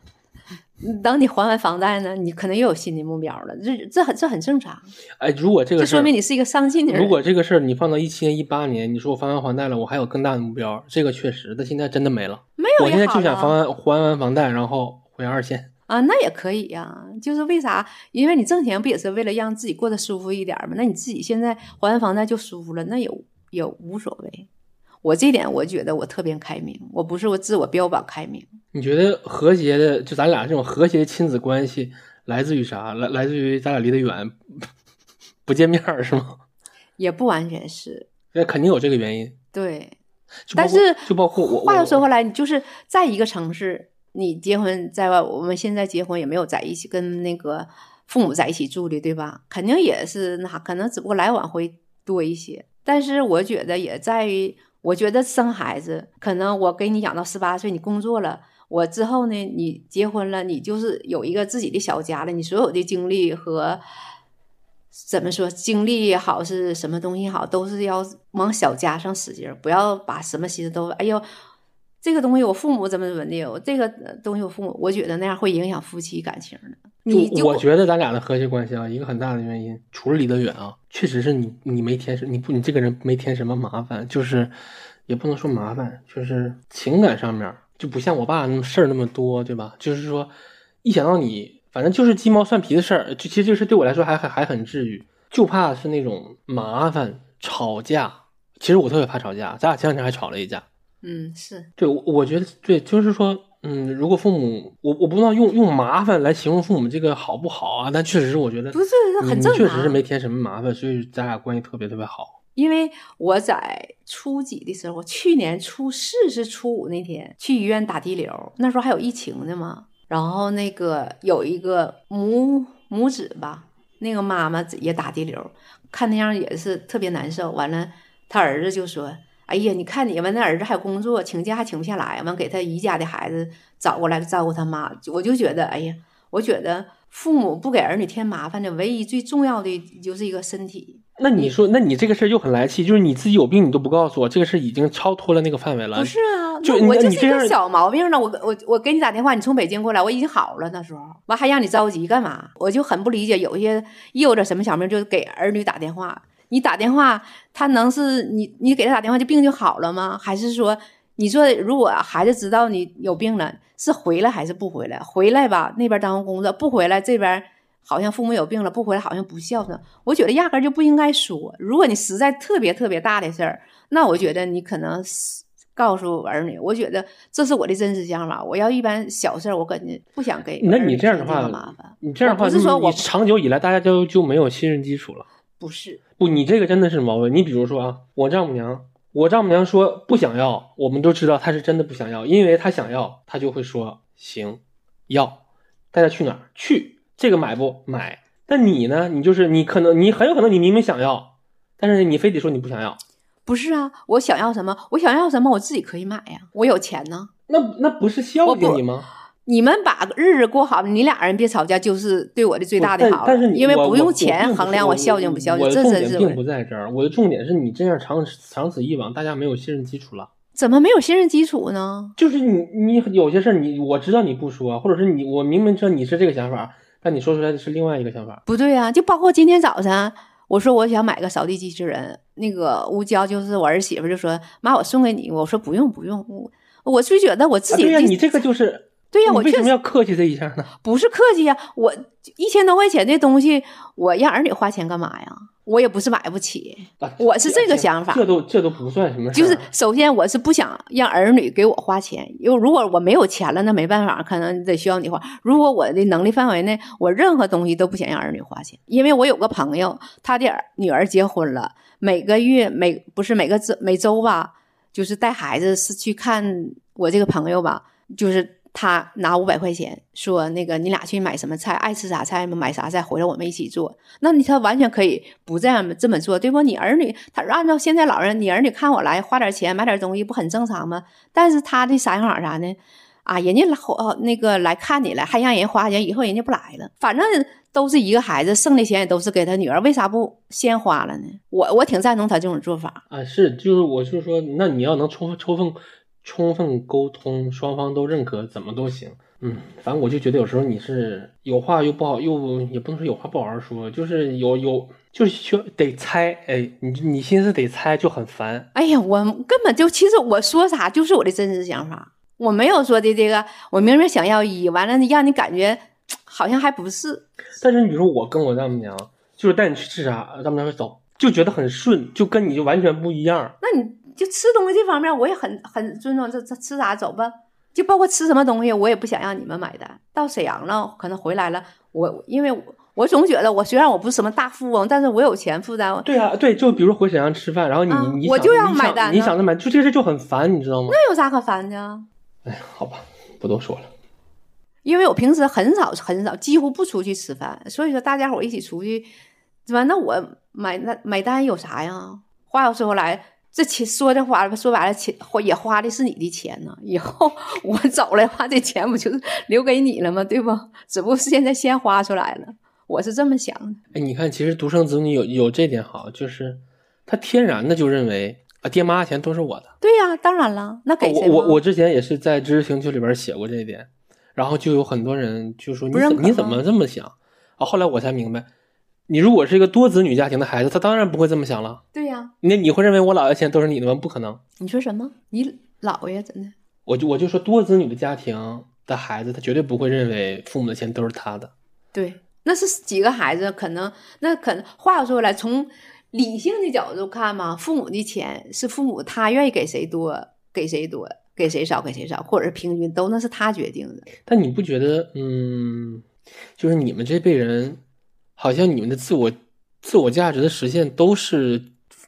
Speaker 2: 等你还完房贷呢，你可能又有新的目标了，这这很这很正常，
Speaker 1: 哎，如果这
Speaker 2: 这
Speaker 1: 个事
Speaker 2: 说
Speaker 1: 儿，
Speaker 2: 明你是一个上进的人。
Speaker 1: 如果这个事儿你放到一七年、一八年，你说我还完还贷了，我还有更大的目标，这个确实，但现在真的没了。
Speaker 2: 没有
Speaker 1: 我
Speaker 2: 也
Speaker 1: 现在
Speaker 2: 好
Speaker 1: 就想
Speaker 2: 啊
Speaker 1: 还完还完房贷，然后回二线。
Speaker 2: 啊，那也可以呀、就是为啥？因为你挣钱不也是为了让自己过得舒服一点儿吗？那你自己现在还完房贷就舒服了，那也无也无所谓。我这点我觉得我特别开明，我不是我自我标榜开明，
Speaker 1: 你觉得和谐的，就咱俩这种和谐的亲子关系，来自于啥？来来自于咱俩离得远， 不见面儿是吗？
Speaker 2: 也不完全是
Speaker 1: 那肯定有这个原因。
Speaker 2: 对。
Speaker 1: 就包
Speaker 2: 但
Speaker 1: 括
Speaker 2: 是
Speaker 1: 就包括我，
Speaker 2: 话又说
Speaker 1: 我
Speaker 2: 回来，你就是在一个城市，你结婚在外，我们现在结婚也没有在一起跟那个父母在一起住的，对吧？肯定也是那啥，可能只不过来往会多一些。但是我觉得也在于，我觉得生孩子，可能我给你养到十八岁，你工作了。我之后呢，你结婚了，你就是有一个自己的小家了，你所有的精力和怎么说精力也好，是什么东西也好，都是要往小家上使劲儿，不要把什么心思都哎呦，这个东西我父母怎么怎么的，我这个呃东西我父母，我觉得那样会影响夫妻感情的。你
Speaker 1: 就我觉得咱俩的和谐关系啊，一个很大的原因，除了离得远啊，确实是你你没添什你不你这个人没添什么麻烦，就是也不能说麻烦，就是情感上面儿就不像我爸那么事儿那么多，对吧？就是说一想到你，反正就是鸡毛蒜皮的事儿，就其实这个事对我来说还还还很治愈，就怕是那种麻烦吵架。其实我特别怕吵架，咱俩前两天还吵了一架。
Speaker 2: 嗯是
Speaker 1: 对，我我觉得对，就是说，嗯，如果父母，我我不知道用用麻烦来形容父母这个好不好啊，但确实是我觉得
Speaker 2: 不是
Speaker 1: 你
Speaker 2: 很
Speaker 1: 你
Speaker 2: 正常？啊
Speaker 1: 确实是没添什么麻烦，所以咱俩关系特别特别好。
Speaker 2: 因为我在初几的时候，我去年初四是初五那天去医院打滴流，那时候还有疫情呢嘛。然后那个有一个拇拇指吧，那个妈妈也打滴流，看那样也是特别难受。完了，他儿子就说：“哎呀，你看你们那儿子还工作，请假还请不下来，完给他姨家的孩子找过来照顾他妈。”我就觉得，哎呀，我觉得父母不给儿女添麻烦的唯一最重要的就是一个身体。
Speaker 1: 那你说，那你这个事儿就很来气，就是你自己有病你都不告诉我，这个事儿已经超脱了那个范围了。
Speaker 2: 不是啊，
Speaker 1: 就
Speaker 2: 那我
Speaker 1: 你
Speaker 2: 就
Speaker 1: 你
Speaker 2: 是
Speaker 1: 这
Speaker 2: 一
Speaker 1: 样
Speaker 2: 个小毛病了。我我我给你打电话，你从北京过来，我已经好了。那时候完还让你着急干嘛？我就很不理解，有一些一有点什么小病就给儿女打电话。你打电话，他能是你你给他打电话就病就好了吗？还是说你说如果孩子知道你有病了，是回来还是不回来？回来吧，那边耽误工作；不回来这边。好像父母有病了，不回来好像不孝顺。我觉得压根儿就不应该说。如果你实在特别特别大的事儿，那我觉得你可能是告诉儿女，我觉得这是我的真实想法。我要一般小事儿，我肯定不想给。
Speaker 1: 那你这样的话
Speaker 2: 麻烦
Speaker 1: 你这样的话，
Speaker 2: 我不是说
Speaker 1: 你
Speaker 2: 我
Speaker 1: 你长久以来大家就就没有信任基础了。
Speaker 2: 不是，
Speaker 1: 不，你这个真的是毛病。你比如说啊，我丈母娘，我丈母娘说不想要，我们都知道她是真的不想要，因为她想要，她就会说行，要，带她去哪儿去，这个买不买？那你呢？你就是你可能你很有可能你明明想要，但是你非得说你不想要，
Speaker 2: 不是啊！我想要什么，我想要什么，我自己可以买呀，我有钱呢。
Speaker 1: 那那不是孝
Speaker 2: 我不
Speaker 1: 敬你吗？
Speaker 2: 你们把日子过好，你俩人别吵架，就是对我的最大的
Speaker 1: 不
Speaker 2: 好了。
Speaker 1: 但但是你
Speaker 2: 因为
Speaker 1: 我
Speaker 2: 不
Speaker 1: 我
Speaker 2: 用
Speaker 1: 我并
Speaker 2: 钱
Speaker 1: 不
Speaker 2: 衡
Speaker 1: 是
Speaker 2: 量
Speaker 1: 我
Speaker 2: 孝敬不孝
Speaker 1: 我的
Speaker 2: 敬，这
Speaker 1: 重
Speaker 2: 真
Speaker 1: 点
Speaker 2: 是
Speaker 1: 并
Speaker 2: 我
Speaker 1: 不在这儿，我的重点是你这样长长此以往，大家没有信任基础了。
Speaker 2: 怎么没有信任基础呢？
Speaker 1: 就是你你有些事儿你我知道你不说，或者是你我明明知道你是这个想法，但你说出来的是另外一个想法。
Speaker 2: 不对啊，就包括今天早晨，我说我想买个扫地机器人，那个乌胶就是我儿媳妇就说妈，我送给你，我说不用不用，我我就觉得我自
Speaker 1: 啊
Speaker 2: 己
Speaker 1: 对呀、
Speaker 2: 这
Speaker 1: 你这个就是
Speaker 2: 对呀、
Speaker 1: 你
Speaker 2: 我
Speaker 1: 为
Speaker 2: 确
Speaker 1: 什么
Speaker 2: 实
Speaker 1: 要客气这一下 呢？啊
Speaker 2: 不是客气呀、我一千多块钱这东西，我让儿女花钱干嘛呀？我也不是买不起，
Speaker 1: 啊
Speaker 2: 我是这个想法
Speaker 1: 这都这都不算什么事儿，啊
Speaker 2: 就是首先我是不想让儿女给我花钱，因为如果我没有钱了，那没办法，可能得需要你花。如果我的能力范围内，我任何东西都不想让儿女花钱，因为我有个朋友，他的儿女儿结婚了，每个月每不是每个周每周吧，就是带孩子是去看我这个朋友吧，就是。他拿五百块钱说：“那个你俩去买什么菜，爱吃啥菜买啥菜，回来我们一起做。”那你他完全可以不这样这么做，对不？你儿女他按照现在老人，你儿女看我来花点钱买点东西，不很正常吗？但是他的想法啥呢？啊，人家来哦那个来看你了，还让人花钱，以后人家不来了。反正都是一个孩子，剩的钱也都是给他女儿，为啥不先花了呢？我我挺赞同他这种做法。
Speaker 1: 啊，是就是我就是说，那你要能充充分充分沟通，双方都认可，怎么都行。嗯，反正我就觉得有时候你是有话又不好，又也不能说有话不好好说，就是有有就是需要得猜，哎，你你心思得猜就很烦。
Speaker 2: 哎呀，我根本就其实我说啥就是我的真实想法，我没有说的这个，我明明想要一，完了让你感觉好像还不是，
Speaker 1: 但是你比如说我跟我丈母娘，就是带你去吃啥，丈母娘说走，就觉得很顺，就跟你就完全不一样。
Speaker 2: 那你就吃东西这方面，我也很很尊重，这这吃啥走吧，就包括吃什么东西，我也不想让你们买单。到沈阳了，可能回来了，我因为我我总觉得我虽然我不是什么大富翁，但是我有钱负担。
Speaker 1: 对啊，对，就比如说回沈阳吃饭，然后你、
Speaker 2: 嗯
Speaker 1: 你
Speaker 2: 我
Speaker 1: 想
Speaker 2: 就要
Speaker 1: 你
Speaker 2: 买
Speaker 1: 想
Speaker 2: 单
Speaker 1: 你
Speaker 2: 呢
Speaker 1: 想着买，就这事就很烦，你知道吗？
Speaker 2: 那有啥可烦的？啊
Speaker 1: 哎，好吧，不多说了。
Speaker 2: 因为我平时很少很少，几乎不出去吃饭，所以说大家伙儿一起出去，是吧？那我买那买单有啥呀？话又说回来，这钱说这花说白了钱花也花的是你的钱呢。以后 我走了的话，这钱不就是留给你了吗？对不？只不过是现在先花出来了，我是这么想的。
Speaker 1: 哎，你看，其实独生子女有有这点好，就是他天然的就认为啊，爹妈钱都是我的。
Speaker 2: 对呀、当然了，那给
Speaker 1: 我
Speaker 2: 谁吗
Speaker 1: 我我之前也是在知识星球里边写过这一点，然后就有很多人就说你
Speaker 2: 不认
Speaker 1: 怎
Speaker 2: 可
Speaker 1: 你怎
Speaker 2: 吗
Speaker 1: 么这么想啊？后来我才明白，你如果是一个多子女家庭的孩子，他当然不会这么想了。
Speaker 2: 对呀、
Speaker 1: 那你会认为我姥爷钱都是你的吗？不可能。
Speaker 2: 你说什么？你姥爷真的？
Speaker 1: 我就我就说多子女的家庭的孩子，他绝对不会认为父母的钱都是他的。
Speaker 2: 对，那是几个孩子，可能那可能话又说回来，从理性的角度看嘛，父母的钱是父母他愿意给谁多给谁多，给谁少给谁少，或者是平均都那是他决定的。
Speaker 1: 但你不觉得，嗯，就是你们这辈人，好像你们的自我自我价值的实现都是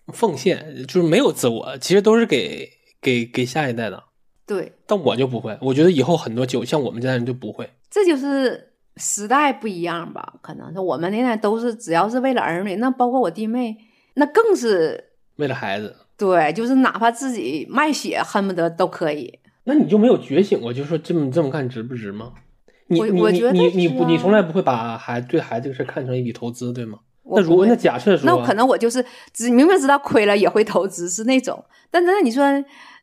Speaker 1: 奉献，就是没有自我，其实都是给给给下一代的。
Speaker 2: 对，
Speaker 1: 但我就不会，我觉得以后很多就像我们这代人就不会。
Speaker 2: 这就是时代不一样吧，可能是我们那代都是只要是为了儿女，那包括我弟妹，那更是
Speaker 1: 为了孩子。
Speaker 2: 对，就是哪怕自己卖血，恨不得都可以。
Speaker 1: 那你就没有觉醒过，就说这么这么看值不值吗？你
Speaker 2: 我
Speaker 1: 你
Speaker 2: 我
Speaker 1: 你
Speaker 2: 觉得
Speaker 1: 你你不
Speaker 2: 是啊
Speaker 1: 你从来不会把孩对孩子这个事儿看成一笔投资，对吗？
Speaker 2: 我
Speaker 1: 那如
Speaker 2: 不
Speaker 1: 果
Speaker 2: 会
Speaker 1: 那假设说，
Speaker 2: 那我可能我就是只明明知道亏了也会投资，是那种。但那你说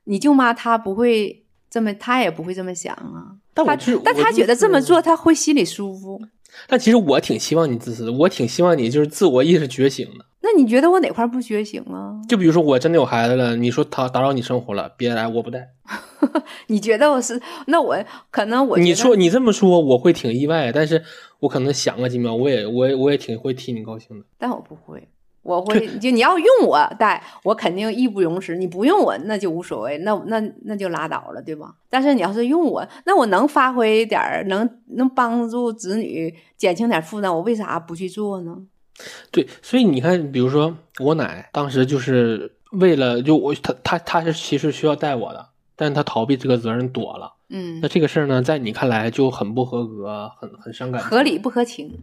Speaker 2: 你舅妈她不会这么，她也不会这么想啊。
Speaker 1: 但我
Speaker 2: 她
Speaker 1: 就是
Speaker 2: 但
Speaker 1: 我
Speaker 2: 她
Speaker 1: 就
Speaker 2: 觉得这么
Speaker 1: 是
Speaker 2: 做，她会心里舒服。
Speaker 1: 但其实我挺希望你自私的，我挺希望你就是自我意识觉醒的。
Speaker 2: 那你觉得我哪块不觉醒啊？
Speaker 1: 就比如说我真的有孩子了，你说打打扰你生活了，别来，我不带。
Speaker 2: 你觉得我是？那我可能我觉
Speaker 1: 你
Speaker 2: 得
Speaker 1: 说你这么说，我会挺意外，但是我可能想个几秒，我也我也我也挺会替你高兴的。
Speaker 2: 但我不会，我 会就你要用我带，我肯定义不容辞。你不用我，那就无所谓，那那那就拉倒了，对吧？但是你要是用我，那我能发挥点儿，能能帮助子女减轻点负担，我为啥不去做呢？
Speaker 1: 对，所以你看，比如说我奶当时就是为了就我她她她是其实需要带我的，但是她逃避这个责任躲了。
Speaker 2: 嗯
Speaker 1: 那，这个事儿呢，在你看来就很不合格，很很伤感情。
Speaker 2: 合理不合情？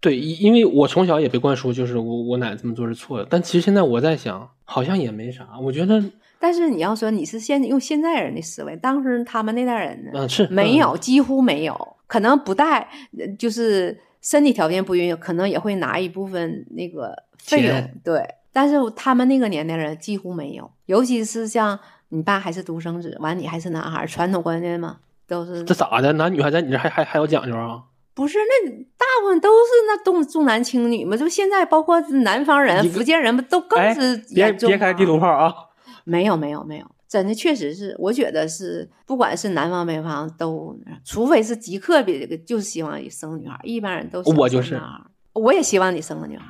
Speaker 1: 对，因因为我从小也被灌输，就是我我奶这么做是错的。但其实现在我在想，好像也没啥。我觉得，嗯、
Speaker 2: 但是你要说你是现用现在人的思维，当时他们那代人呢，
Speaker 1: 是
Speaker 2: 没
Speaker 1: 嗯
Speaker 2: 有，几乎没有，可能不带，呃就是身体条件不允许，可能也会拿一部分那个费用
Speaker 1: 钱，
Speaker 2: 对。但是他们那个年代人几乎没有，尤其是像你爸还是独生子，完你还是男孩儿，传统观念嘛，都是
Speaker 1: 这咋的？男女还在你这还还还有讲究啊？
Speaker 2: 不是那大部分都是那重重男轻女嘛？就现在包括南方人
Speaker 1: 一、个
Speaker 2: 福建人不都更
Speaker 1: 哎
Speaker 2: 是
Speaker 1: 别
Speaker 2: 严重
Speaker 1: 别开
Speaker 2: 吗
Speaker 1: 地图炮啊！
Speaker 2: 没有没有没有，真的确实是，我觉得是，不管是南方北方都，除非是极个别的，就是希望生个女孩，一般人都想
Speaker 1: 我就
Speaker 2: 生
Speaker 1: 是
Speaker 2: 男孩，我也希望你生个女孩。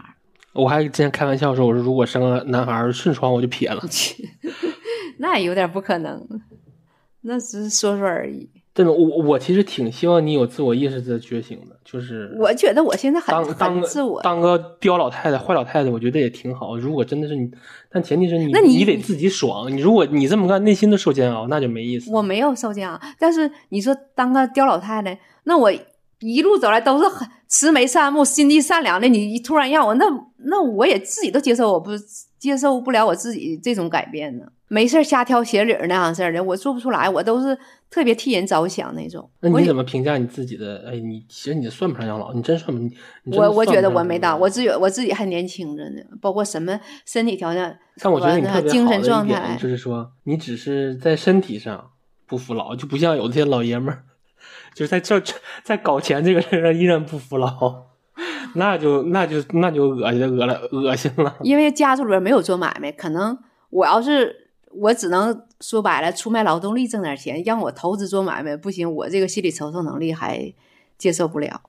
Speaker 1: 我还之前开玩笑说，我说如果生个男孩儿顺床我就撇了。
Speaker 2: 那也有点不可能，那只是说说而已。
Speaker 1: 真的，我我其实挺希望你有自我意识的觉醒的，就是
Speaker 2: 我觉得我现在很
Speaker 1: 当当
Speaker 2: 很
Speaker 1: 个
Speaker 2: 自我，
Speaker 1: 当个刁老太太、坏老太太，我觉得也挺好。如果真的是你，但前提是你
Speaker 2: 那
Speaker 1: 你
Speaker 2: 你
Speaker 1: 得自己爽。你如果你这么干，内心都受煎熬，那就没意思。
Speaker 2: 我没有受煎熬，但是你说当个刁老太太，那我一路走来都是很慈眉善目、心地善良的，你一突然让我那那我也自己都接受，我不接受不了我自己这种改变呢。没事儿瞎挑鞋理儿那样事儿的，我做不出来，我都是特别替人着想那种。
Speaker 1: 那
Speaker 2: 我
Speaker 1: 你
Speaker 2: 也
Speaker 1: 怎么评价你自己的？哎，你其实你算不上养老，你真算不，你你真
Speaker 2: 我
Speaker 1: 算
Speaker 2: 我
Speaker 1: 不
Speaker 2: 觉得
Speaker 1: 上
Speaker 2: 我
Speaker 1: 养
Speaker 2: 没
Speaker 1: 老
Speaker 2: 到，我自己我自己还年轻着呢，包括什么身体条件，
Speaker 1: 但我觉得你特别
Speaker 2: 精
Speaker 1: 好
Speaker 2: 神
Speaker 1: 的一
Speaker 2: 状
Speaker 1: 点
Speaker 2: 态
Speaker 1: 就是说，你只是在身体上不服老，就不像有些老爷们儿，就是在这在搞钱这个事儿上依然不服老，那就那就那就恶心恶了恶心了。
Speaker 2: 因为家族里边没有做买卖，可能我要是我只能说白了，出卖劳动力挣点钱，让我投资做买卖不行，我这个心理承受能力还接受不了。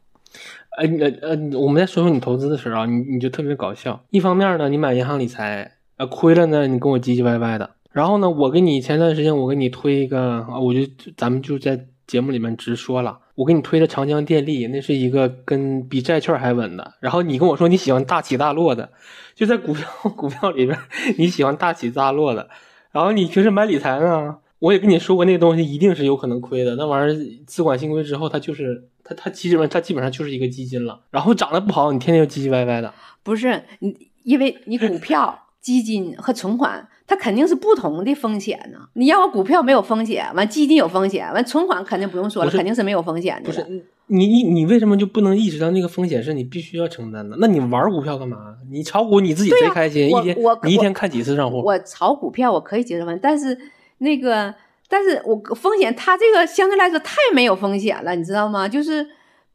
Speaker 1: 呃你呃，呃我们在说说你投资的时候啊，你你就特别搞笑。一方面呢，你买银行理财，呃，亏了呢，你跟我唧唧歪歪的。然后呢，我给你前段时间我给你推一个，啊，我就咱们就在节目里面直说了，我给你推的长江电力，那是一个跟比债券还稳的。然后你跟我说你喜欢大起大落的，就在股票股票里边，你喜欢大起大落的。然后你平时买理财呢，我也跟你说过，那个东西一定是有可能亏的。那玩意儿资管新规之后，它就是它它基本它基本上就是一个基金了。然后涨得不好，你天天就唧唧歪歪的。
Speaker 2: 不是你，因为你 股票、基金和存款，它肯定是不同的风险呢、你让我股票没有风险，完基金有风险，完存款肯定不用说
Speaker 1: 不
Speaker 2: 了，
Speaker 1: 是
Speaker 2: 肯定是没有风险的
Speaker 1: 不
Speaker 2: 了。
Speaker 1: 是你你你为什么就不能意识到那个风险是你必须要承担的？那你玩股票干嘛？你炒股你自己
Speaker 2: 对
Speaker 1: 最
Speaker 2: 呀
Speaker 1: 开心，
Speaker 2: 我
Speaker 1: 一天
Speaker 2: 我
Speaker 1: 你一
Speaker 2: 我
Speaker 1: 天看几次账户？
Speaker 2: 我炒股票我可以接受完，但是那个，但是我风险，它这个相对来说太没有风险了，你知道吗？就是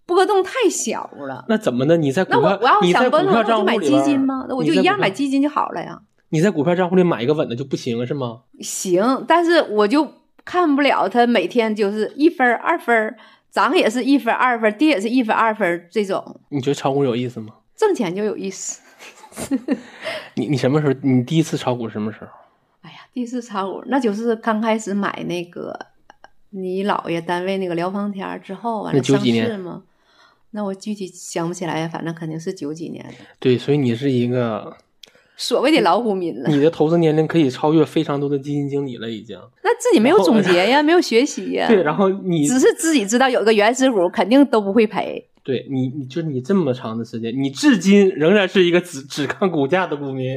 Speaker 2: 波动太小了。
Speaker 1: 那怎么的？你在股
Speaker 2: 那
Speaker 1: 票
Speaker 2: 我我要
Speaker 1: 你在
Speaker 2: 想
Speaker 1: 股
Speaker 2: 波动，
Speaker 1: 票
Speaker 2: 那我
Speaker 1: 账
Speaker 2: 就
Speaker 1: 户
Speaker 2: 买
Speaker 1: 里
Speaker 2: 基
Speaker 1: 边
Speaker 2: 金
Speaker 1: 儿
Speaker 2: 吗？那我
Speaker 1: 你
Speaker 2: 就
Speaker 1: 在
Speaker 2: 一样
Speaker 1: 股
Speaker 2: 买
Speaker 1: 票
Speaker 2: 基金就好了呀。
Speaker 1: 你在股票账户里买一个稳的就不行是吗？
Speaker 2: 行，但是我就看不了它每天就是一分儿二分儿，涨也是一分儿二分儿，跌也是一分儿二分儿这种，
Speaker 1: 你觉得炒股有意思吗？
Speaker 2: 挣钱就有意思。
Speaker 1: 你你什么时候？你第一次炒股什么时候？
Speaker 2: 哎呀，第四炒股那就是刚开始买那个你姥爷单位那个疗房天儿之后，完
Speaker 1: 那
Speaker 2: 了
Speaker 1: 九
Speaker 2: 上
Speaker 1: 几年
Speaker 2: 市嘛。那我具体想不起来呀，反正肯定是九几年的，
Speaker 1: 对，所以你是一个
Speaker 2: 所
Speaker 1: 嗯
Speaker 2: 谓的老股民了。
Speaker 1: 你的投资年龄可以超越非常多的基金经理了，已经。
Speaker 2: 那自己没有
Speaker 1: 然后
Speaker 2: 总结呀，没有学习呀，
Speaker 1: 对，然后你
Speaker 2: 只是自己知道有个原始股肯定都不会赔。
Speaker 1: 对你，你就你这么长的时间，你至今仍然是一个只只看股价的股民，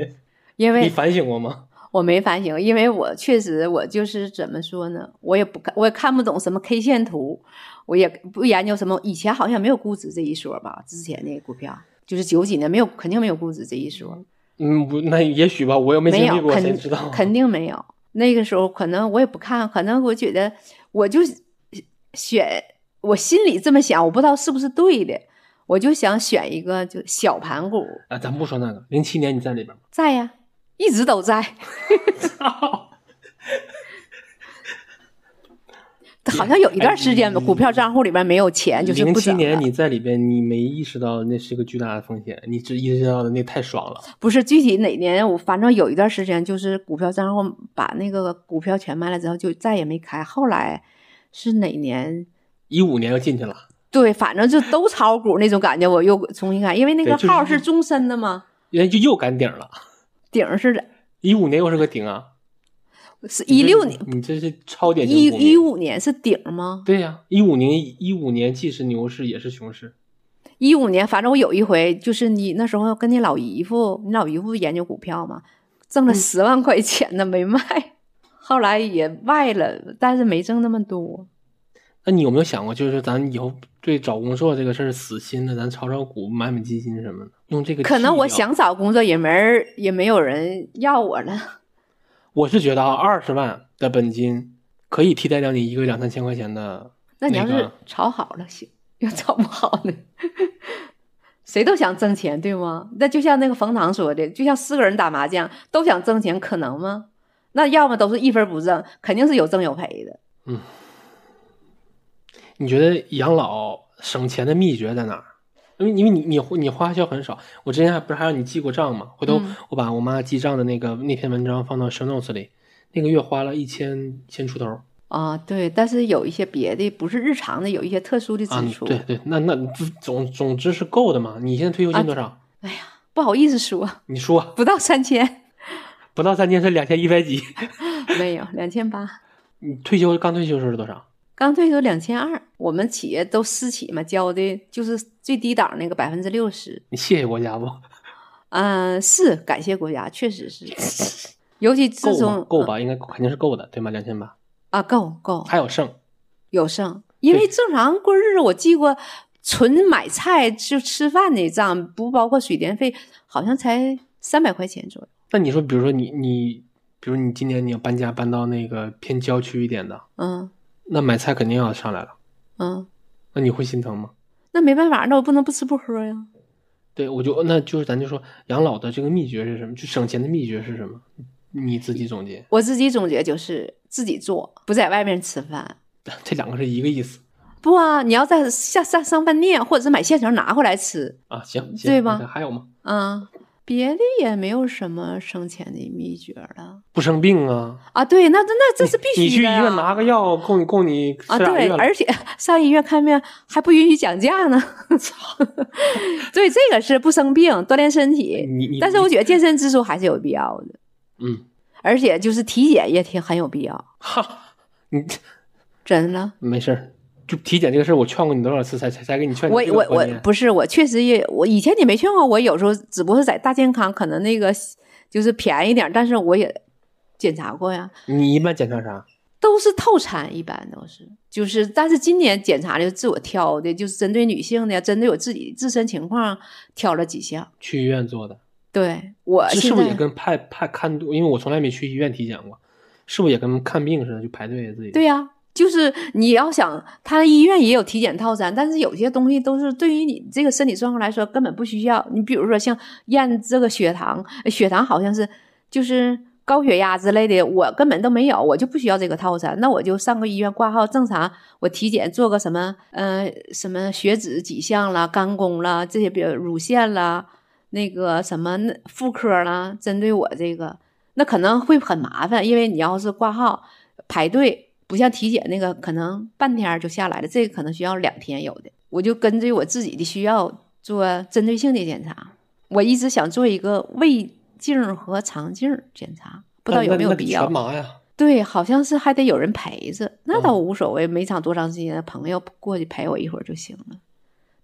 Speaker 2: 因
Speaker 1: 你
Speaker 2: 为
Speaker 1: 反省过吗？
Speaker 2: 我没反省，因为我确实我就是怎么说呢，我也不看，我也看不懂什么 K 线图，我也不研究什么。以前好像没有估值这一说吧，之前那个股票就是九几年没有，肯定没有估值这一说，
Speaker 1: 嗯，我那也许吧，我又没
Speaker 2: 没
Speaker 1: 经历
Speaker 2: 有，
Speaker 1: 过，谁
Speaker 2: 肯
Speaker 1: 知道？
Speaker 2: 肯定没有。那个时候可能我也不看，可能我觉得我就选，我心里这么想，我不知道是不是对的，我就想选一个就小盘股，
Speaker 1: 啊，咱不说那个，零七年你在里边 吗？
Speaker 2: 在呀，一直都在。 好像有一段时间吧，
Speaker 1: 哎
Speaker 2: 股票账户里边没有钱，哎就是
Speaker 1: 零
Speaker 2: 不
Speaker 1: 七
Speaker 2: 怎么
Speaker 1: 年你在里边，你没意识到那是一个巨大的风险，你只意识到的那太爽了。
Speaker 2: 不是具体哪年，我反正有一段时间就是股票账户把那个股票全卖了之后，就再也没开。后来是哪年？
Speaker 1: 一五年又进去了，
Speaker 2: 对，反正就都炒股那种感觉，我又重新开，因为那
Speaker 1: 对就
Speaker 2: 个
Speaker 1: 是
Speaker 2: 号是终身的嘛，
Speaker 1: 人哎家就又赶顶了。
Speaker 2: 顶儿是
Speaker 1: 一五年又是个顶啊！
Speaker 2: 是一六年、
Speaker 1: 你这是超典型
Speaker 2: 一
Speaker 1: 股民
Speaker 2: 一五年是顶儿吗？
Speaker 1: 对呀、1一五年一五年既是牛市也是熊市，
Speaker 2: 一五年，反正我有一回，就是你那时候跟你老姨夫，你老姨夫研究股票嘛，挣了十万块钱呢，没卖，后来也卖了，但是没挣那么多。
Speaker 1: 那你有没有想过，就是咱以后对找工作这个事儿死心了，咱炒炒股、买买基金什么的，用这个。啊
Speaker 2: 可能我，想找工作也没人，也没有人要我了。
Speaker 1: 我是觉得啊，二十万的本金可以替代掉你一个两三千块钱的。
Speaker 2: 那你
Speaker 1: 那
Speaker 2: 要
Speaker 1: 个
Speaker 2: 是炒好了行，要炒不好呢？谁都想挣钱，对吗？那就像那个冯唐说的，就像四个人打麻将都想挣钱，可能吗？那要么都是一分不挣，肯定是有挣有赔的。
Speaker 1: 你觉得养老省钱的秘诀在哪儿？因为因为你你你花销很少，我之前还不是还让你记过账吗？回头
Speaker 2: 嗯
Speaker 1: 我把我妈记账的那个那篇文章放到 show notes 里，那个月花了一千一千出头。
Speaker 2: 啊，对，但是有一些别的不是日常的，有一些特殊的
Speaker 1: 啊，
Speaker 2: 支出，
Speaker 1: 对对，那那总总之是够的嘛。你现在退休
Speaker 2: 啊
Speaker 1: 金多少？
Speaker 2: 不好意思说，
Speaker 1: 你说
Speaker 2: 不到三千，
Speaker 1: 不到三千是两千一百几。
Speaker 2: 没有两千八，
Speaker 1: 你退休刚退休时候是多少？
Speaker 2: 刚退休两千二，我们企业都私企嘛，交的就是最低档那个百分之六十，
Speaker 1: 你谢谢国家不？
Speaker 2: 嗯，是感谢国家，确 实是，尤其自
Speaker 1: 够吗
Speaker 2: 从？嗯
Speaker 1: 够吧，应该肯定是够的，对吗？两千八
Speaker 2: 啊，够够
Speaker 1: 还有剩，
Speaker 2: 有剩，因为
Speaker 1: 对
Speaker 2: 正常过日子，我记过纯买菜就吃饭的账，不包括水电费，好像才三百块钱左右，
Speaker 1: 那你说，比如说你你，比如你今年你要搬家搬到那个偏郊区一点的，
Speaker 2: 嗯
Speaker 1: 那买菜肯定要上来了，
Speaker 2: 嗯，
Speaker 1: 那你会心疼吗？
Speaker 2: 那没办法，那我不能不吃不喝呀。
Speaker 1: 对，我就那就是咱就说养老的这个秘诀是什么？就省钱的秘诀是什么？你自己总结，
Speaker 2: 我自己总结就是自己做，不在外面吃饭。
Speaker 1: 这两个是一个意思
Speaker 2: 不啊，你要在下上上饭店，或者是买现成拿回来吃。
Speaker 1: 啊。行，行
Speaker 2: 对吧
Speaker 1: 那还有吗？
Speaker 2: 嗯，别的也没有什么省钱的秘诀了
Speaker 1: 不生病啊，
Speaker 2: 啊。对，那那那这是必
Speaker 1: 你
Speaker 2: 须
Speaker 1: 去医
Speaker 2: 的、啊。
Speaker 1: 院拿个药供你供你吃
Speaker 2: 啊，
Speaker 1: 俩
Speaker 2: 对，
Speaker 1: 月了。
Speaker 2: 而且 上医院看病还不允许讲价呢。 操！对，这个是不生病，锻炼身体。
Speaker 1: 你你
Speaker 2: 但是我觉得健身支出还是有必要的，
Speaker 1: 嗯，
Speaker 2: 而且就是体检也挺很有必要。
Speaker 1: 哈，你
Speaker 2: 真的，
Speaker 1: 没事儿，就体检这个事儿，我劝过你多少次才才才给你 劝你
Speaker 2: 我
Speaker 1: 这个
Speaker 2: 我
Speaker 1: 观
Speaker 2: 我
Speaker 1: 念
Speaker 2: 不是，我确实也，我以前你没劝过我，有时候只不过是在大健康，可能那个就是便宜点儿，但是我也检查过呀，
Speaker 1: 你一般检查啥？
Speaker 2: 都是透产，一般都是就是，但是今年检查的自我挑的，就是针对女性的，针对我自己自身情况挑了几项。
Speaker 1: 去医院做的，
Speaker 2: 对我
Speaker 1: 这
Speaker 2: 呃现
Speaker 1: 是不是也
Speaker 2: 在
Speaker 1: 跟派派看肚？因为我从来没去医院体检过，是不是也跟看病似的，就排队自己？
Speaker 2: 对呀、就是你要想，他医院也有体检套餐，但是有些东西都是对于你这个身体状况来说根本不需要。你比如说像验这个血糖，呃血糖好像是就是高血压之类的，我根本都没有，我就不需要这个套餐。那我就上个医院挂号，正常我体检做个什么，呃，什么血脂几项啦、肝功啦这些，比如乳腺啦，那个什么那妇科啦，针对我这个，那可能会很麻烦，因为你要是挂号排队，不像体检那个可能半天儿就下来了，这个可能需要两天有的。我就根据我自己的需要做针对性的检查。我一直想做一个胃镜儿和肠镜儿检查，不知道
Speaker 1: 呃那
Speaker 2: 有没有
Speaker 1: 那
Speaker 2: 必
Speaker 1: 那
Speaker 2: 要
Speaker 1: 全。麻呀？
Speaker 2: 对，好像是还得有人陪着，那
Speaker 1: 嗯
Speaker 2: 倒无所谓，没长多长时间，朋友过去陪我一会儿就行了。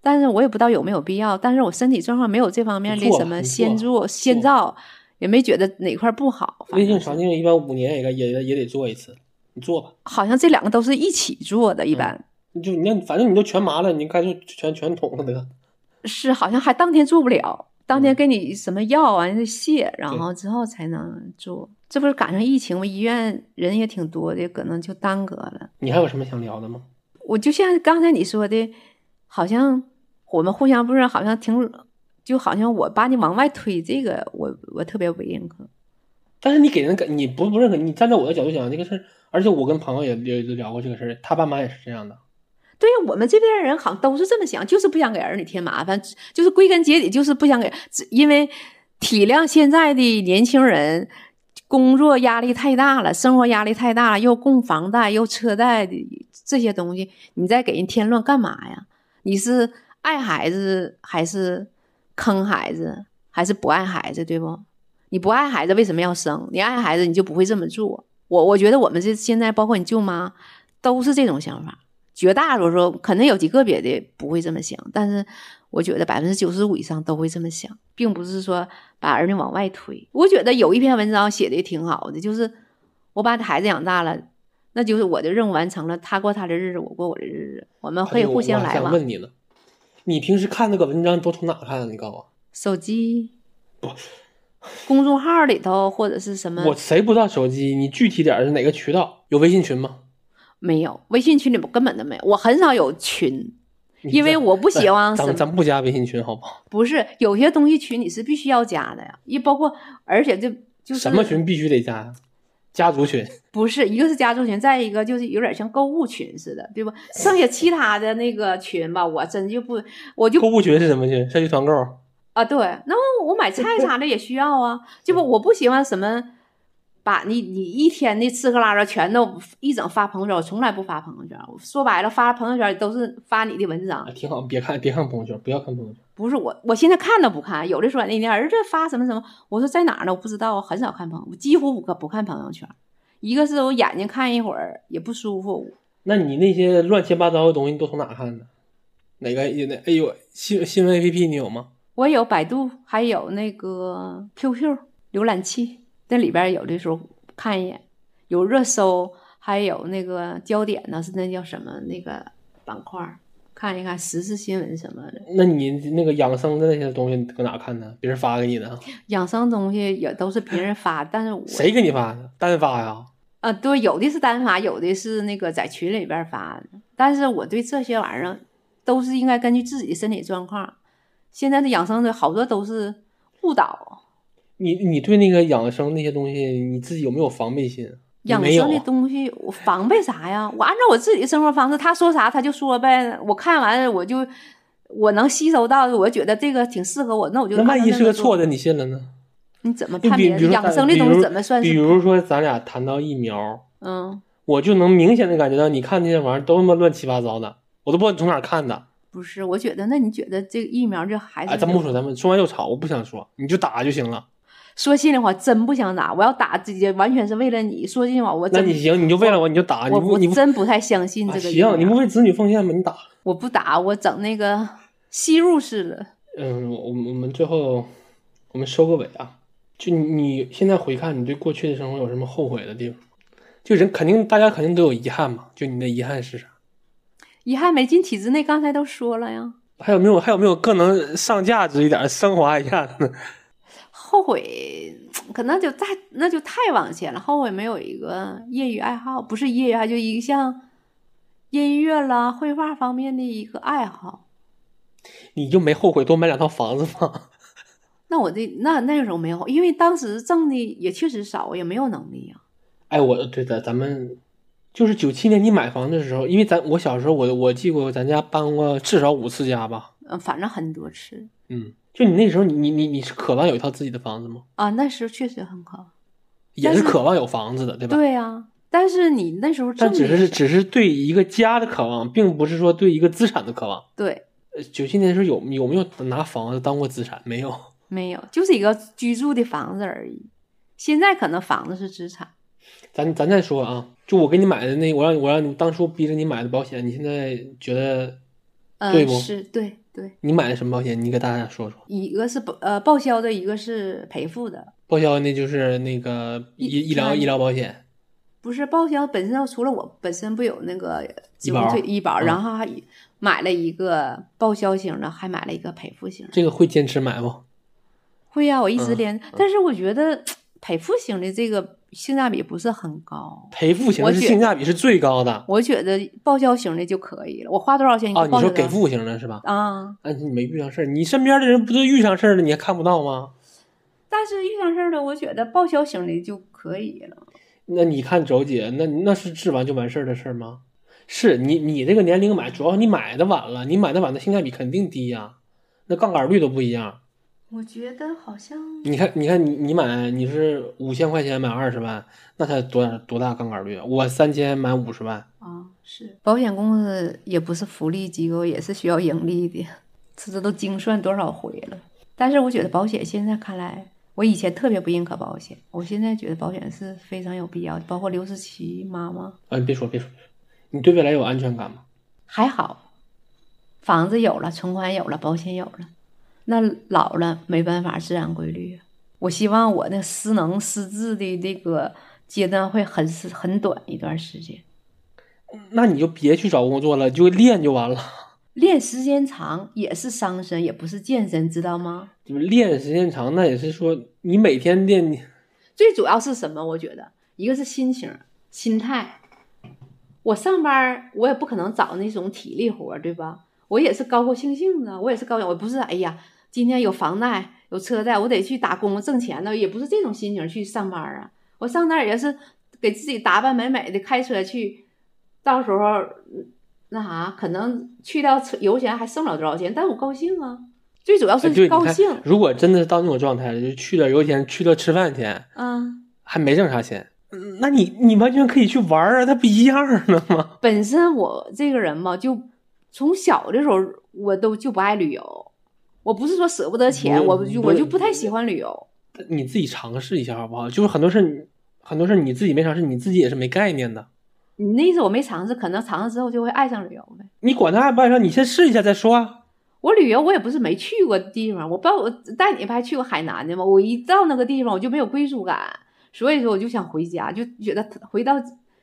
Speaker 2: 但是我也不知道有没有必要。但是我身体状况没有这方面的
Speaker 1: 不错
Speaker 2: 什么
Speaker 1: 不错
Speaker 2: 先做先
Speaker 1: 错
Speaker 2: 兆，也没觉得哪块儿不好。反
Speaker 1: 微
Speaker 2: 正
Speaker 1: 信肠镜一般五年也该也也得做一次，你做吧。
Speaker 2: 好像这两个都是一起做
Speaker 1: 嗯
Speaker 2: 的，一般、
Speaker 1: 你就你看，反正你都全麻了，你该就全全捅了得。
Speaker 2: 是好像还当天做不了，当天
Speaker 1: 嗯
Speaker 2: 给你什么药啊、泻，然
Speaker 1: 对
Speaker 2: 后之后才能做。这不是赶上疫情吗？医院人也挺多的，可能就耽搁了。
Speaker 1: 你还有什么想聊的吗？
Speaker 2: 我就像刚才你说的，好像我们互相不是好像挺，就好像我把你往外推，这个我我特别不认可。
Speaker 1: 但是你给人感，你不不认可，你站在我的角度想这个事儿，而且我跟朋友也也也聊过这个事儿，他爸妈也是这样的。
Speaker 2: 对呀，我们这边人好像都是这么想，就是不想给儿女添麻烦，就是归根结底就是不想给，只因为体谅现在的年轻人，工作压力太大了，生活压力太大了，又供房贷又车贷的这些东西，你再给人添乱干嘛呀？你是爱孩子还是坑孩子，还是不爱孩子，对不？你不爱孩子为什么要生？你爱孩子你就不会这么做。我我觉得我们这现在包括你舅妈都是这种想法。绝大多数肯定有极个别的不会这么想，但是我觉得百分之九十五以上都会这么想，并不是说把儿女往外推。我觉得有一篇文章写的挺好的，就是我把孩子养大了，那就是我的任务完成了，他过他的日子，我过我的日子，我们可以
Speaker 1: 哎我
Speaker 2: 嗯互相
Speaker 1: 我还
Speaker 2: 来
Speaker 1: 想
Speaker 2: 往。
Speaker 1: 问你呢，你平时看那个文章都从哪看的？你告诉我，
Speaker 2: 手机、公众号里头或者是什么
Speaker 1: 我谁不知道手机？你具体点儿是哪个渠道？有微信群吗？
Speaker 2: 没有，微信群里根本都没有，我很少有群，
Speaker 1: 你
Speaker 2: 因为
Speaker 1: 咱
Speaker 2: 我不喜欢
Speaker 1: 咱
Speaker 2: 什
Speaker 1: 咱
Speaker 2: 么。
Speaker 1: 咱不加微信群好不好？
Speaker 2: 不是有些东西群你是必须要加的呀，一包括而且这就是
Speaker 1: 什么群必须得加呀？家族 群。
Speaker 2: 不是一个是家族群，再一个就是有点像购物群似的，对吧？剩下其他的那个群吧，我真就不，我就
Speaker 1: 购物群是什么群？社区团购。
Speaker 2: 啊，对，那么我买菜啥的也需要啊，就不我不喜欢什么，把你你一天的吃喝拉撒全都一整发朋友圈，我从来不发朋友圈，说白了发朋友圈都是发你的文章
Speaker 1: 啊，，挺好，别看别看朋友圈，不要看朋友圈。
Speaker 2: 不是我，我现在看都不看。有的说那天儿子发什么什么，我说在哪儿呢？我不知道，我很少看朋友，我几乎不看不看朋友圈。一个是我眼睛看一会儿也不舒服，
Speaker 1: 那你那些乱七八糟的东西，你都从哪看的？哪个哪？哎呦，新新闻 APP 你有吗？
Speaker 2: 我有百度，还有那个 QQ 浏览器，那里边有的时候看一眼，有热搜，还有那个焦点呢，是那叫什么那个板块儿，看一看时事新闻什么的。
Speaker 1: 那你那个养生的那些东西，你搁哪看的？别人发给你的啊？
Speaker 2: 养生东西也都是别人发，但是我
Speaker 1: 谁给你发的？单发呀？
Speaker 2: 啊，对，有的是单发，有的是那个在群里边儿发的。但是我对这些玩意儿都是应该根据自己身体状况。现在的养生的好多都是误导，
Speaker 1: 你你对那个养生那些东西，你自己有没有防备心？你
Speaker 2: 养
Speaker 1: 没有
Speaker 2: 生的
Speaker 1: 啊。
Speaker 2: 东西我防备啥呀？我按照我自己的生活方式，他说啥他就说呗。我看完我就我能吸收到的，我觉得这个挺适合我，那我就
Speaker 1: 那
Speaker 2: 按
Speaker 1: 万
Speaker 2: 照
Speaker 1: 一
Speaker 2: 那
Speaker 1: 是
Speaker 2: 个
Speaker 1: 个
Speaker 2: 做
Speaker 1: 错的，你信了呢？
Speaker 2: 你怎么
Speaker 1: 就
Speaker 2: 判
Speaker 1: 比
Speaker 2: 别
Speaker 1: 比如
Speaker 2: 养
Speaker 1: 咱
Speaker 2: 生的
Speaker 1: 比
Speaker 2: 东西
Speaker 1: 如
Speaker 2: 怎么算
Speaker 1: 比
Speaker 2: 是？
Speaker 1: 如说咱俩谈到疫苗，
Speaker 2: 嗯，
Speaker 1: 我就能明显的感觉到你看那些玩意儿都他妈乱七八糟的，我都不知道你从哪儿看的。
Speaker 2: 不是，我觉得那你觉得这个疫苗这还是
Speaker 1: 哎，咱不说，咱们说完又吵，我不想说，你就打就行了。
Speaker 2: 说心里话，真不想打。我要打直接完全是为了你。说心里话，我
Speaker 1: 那
Speaker 2: 真
Speaker 1: 你行，你就为了我你就打，你
Speaker 2: 我
Speaker 1: 不
Speaker 2: 不
Speaker 1: 你不
Speaker 2: 真不太相信
Speaker 1: 啊
Speaker 2: 这个疫苗、
Speaker 1: 行，你不为子女奉献吗？你打。
Speaker 2: 我不打，我整那个吸入式的。
Speaker 1: 嗯，我我们我们最后我们收个尾啊，就你你现在回看，你对过去的生活有什么后悔的地方？就人肯定大家肯定都有遗憾嘛，就你的遗憾是啥？
Speaker 2: 遗憾没进体制内，刚才都说了呀。
Speaker 1: 还有没有还有没有更能上价值一点、升华一下的呢？
Speaker 2: 后悔，可能就太那就太往前了。后悔没有一个业余爱好，不是业余爱好，就一项音乐啦、绘画方面的一个爱好。
Speaker 1: 你就没后悔多买两套房子吗？
Speaker 2: 那我这那那时候没有，因为当时挣的也确实少，也没有能力啊呀、
Speaker 1: 哎，我对的，咱们就是九七年你买房的时候，因为咱我小时候我我记过咱家搬过至少五次家吧，
Speaker 2: 嗯，反正很多次
Speaker 1: 嗯，就你那时候你你你你是渴望有一套自己的房子吗？
Speaker 2: 啊，那时候确实很高。
Speaker 1: 也
Speaker 2: 但
Speaker 1: 是
Speaker 2: 是
Speaker 1: 渴望有房子的，对吧？
Speaker 2: 对呀、但是你那时候挣
Speaker 1: 但只
Speaker 2: 的
Speaker 1: 是只是对一个家的渴望，并不是说对一个资产的渴望。呃
Speaker 2: 对，
Speaker 1: 九七年的时候有有没有拿房子当过资产？没有。
Speaker 2: 没有，就是一个居住的房子而已。现在可能房子是资产，
Speaker 1: 咱咱再说啊，就我给你买的那，我让我让你当初逼着你买的保险，你现在觉得
Speaker 2: 嗯，
Speaker 1: 对不
Speaker 2: 是对对，
Speaker 1: 你买的什么保险？你给大家说说。
Speaker 2: 一个是报呃报销的，一个是赔付的。
Speaker 1: 报销那就是那个医
Speaker 2: 一
Speaker 1: 医疗
Speaker 2: 一
Speaker 1: 医疗保险，
Speaker 2: 不是报销本身，除了我本身不有那个
Speaker 1: 医
Speaker 2: 自
Speaker 1: 保
Speaker 2: 动退医保，
Speaker 1: 嗯
Speaker 2: 然后还买了一个报销型的，还买了一个赔付型的。
Speaker 1: 这个会坚持买吗？
Speaker 2: 会呀、我一直
Speaker 1: 嗯
Speaker 2: 连，但是我觉得赔付型的这个性价比不是很高，
Speaker 1: 赔付型
Speaker 2: 我
Speaker 1: 的是
Speaker 2: 觉
Speaker 1: 性价比是最高的
Speaker 2: 我觉得报销型的就可以了。我花多少钱，你
Speaker 1: 啊！
Speaker 2: 报
Speaker 1: 你说
Speaker 2: 多
Speaker 1: 给
Speaker 2: 少。
Speaker 1: 付型的是吧？
Speaker 2: 啊，
Speaker 1: 但是你没遇上事儿，你身边的人不都遇上事儿了，你还看不到吗？
Speaker 2: 但是遇上事儿了，我觉得报销型的就可以了。
Speaker 1: 那你看周姐，那那是治完就完事儿的事儿吗？是你你这个年龄买，主要你买的晚了，你买的晚的性价比肯定低呀、那杠杆率都不一样。
Speaker 2: 我觉得好像
Speaker 1: 你看，你看你你买你是五千块钱买二十万，那才多大多大杠杆率啊？我三千买五十万，
Speaker 2: 啊，是保险公司也不是福利机构，也是需要盈利的，这这都精算多少回了。但是我觉得保险现在看来，我以前特别不认可保险，我现在觉得保险是非常有必要的。包括刘思琪妈妈，
Speaker 1: 啊，你别说别说，你对未来有安全感吗？
Speaker 2: 还好，房子有了，存款有了，保险有了，那老了没办法，自然规律。啊我希望我那失能失智的这个阶段会很很短一段时间，
Speaker 1: 那你就别去找工作了，就练就完了。
Speaker 2: 练时间长也是伤身，也不是健身，知道吗？
Speaker 1: 就练时间长，那也是说你每天练，你
Speaker 2: 最主要是什么？我觉得一个是心情、心态。我上班儿我也不可能找那种体力活儿，对吧？我也是高高兴兴的，我也是高兴，我不是哎呀，今天有房贷有车贷，我得去打工挣钱呢，也不是这种心情去上班儿啊。我上那儿也是给自己打扮美美的，开车去，到时候嗯那啥，可能去掉车油钱还剩不了多少钱，但我高兴啊。最主要
Speaker 1: 哎对
Speaker 2: 是
Speaker 1: 你
Speaker 2: 高
Speaker 1: 看
Speaker 2: 兴，
Speaker 1: 如果真的是到那种状态了，就去了油钱，去了吃饭钱，
Speaker 2: 嗯。
Speaker 1: 还没挣啥钱，嗯那你你完全可以去玩儿啊，它不一样呢吗？
Speaker 2: 本身我这个人嘛，就从小的时候我都就不爱旅游，我不是说舍不得钱，
Speaker 1: 不
Speaker 2: 我
Speaker 1: 是
Speaker 2: 就
Speaker 1: 不
Speaker 2: 我
Speaker 1: 是
Speaker 2: 就不太喜欢旅游。
Speaker 1: 你自己尝试一下好不好？就是很多事儿你，很多事儿你自己没尝试，你自己也是没概念的。
Speaker 2: 你那意思我没尝试，可能尝试之后就会爱上旅游呗。
Speaker 1: 你管他爱不爱上，你先试一下再说啊。
Speaker 2: 我旅游我也不是没去过地方，我包括我带你不还去过海南的吗？我一到那个地方我就没有归属感，所以说我就想回家，就觉得回到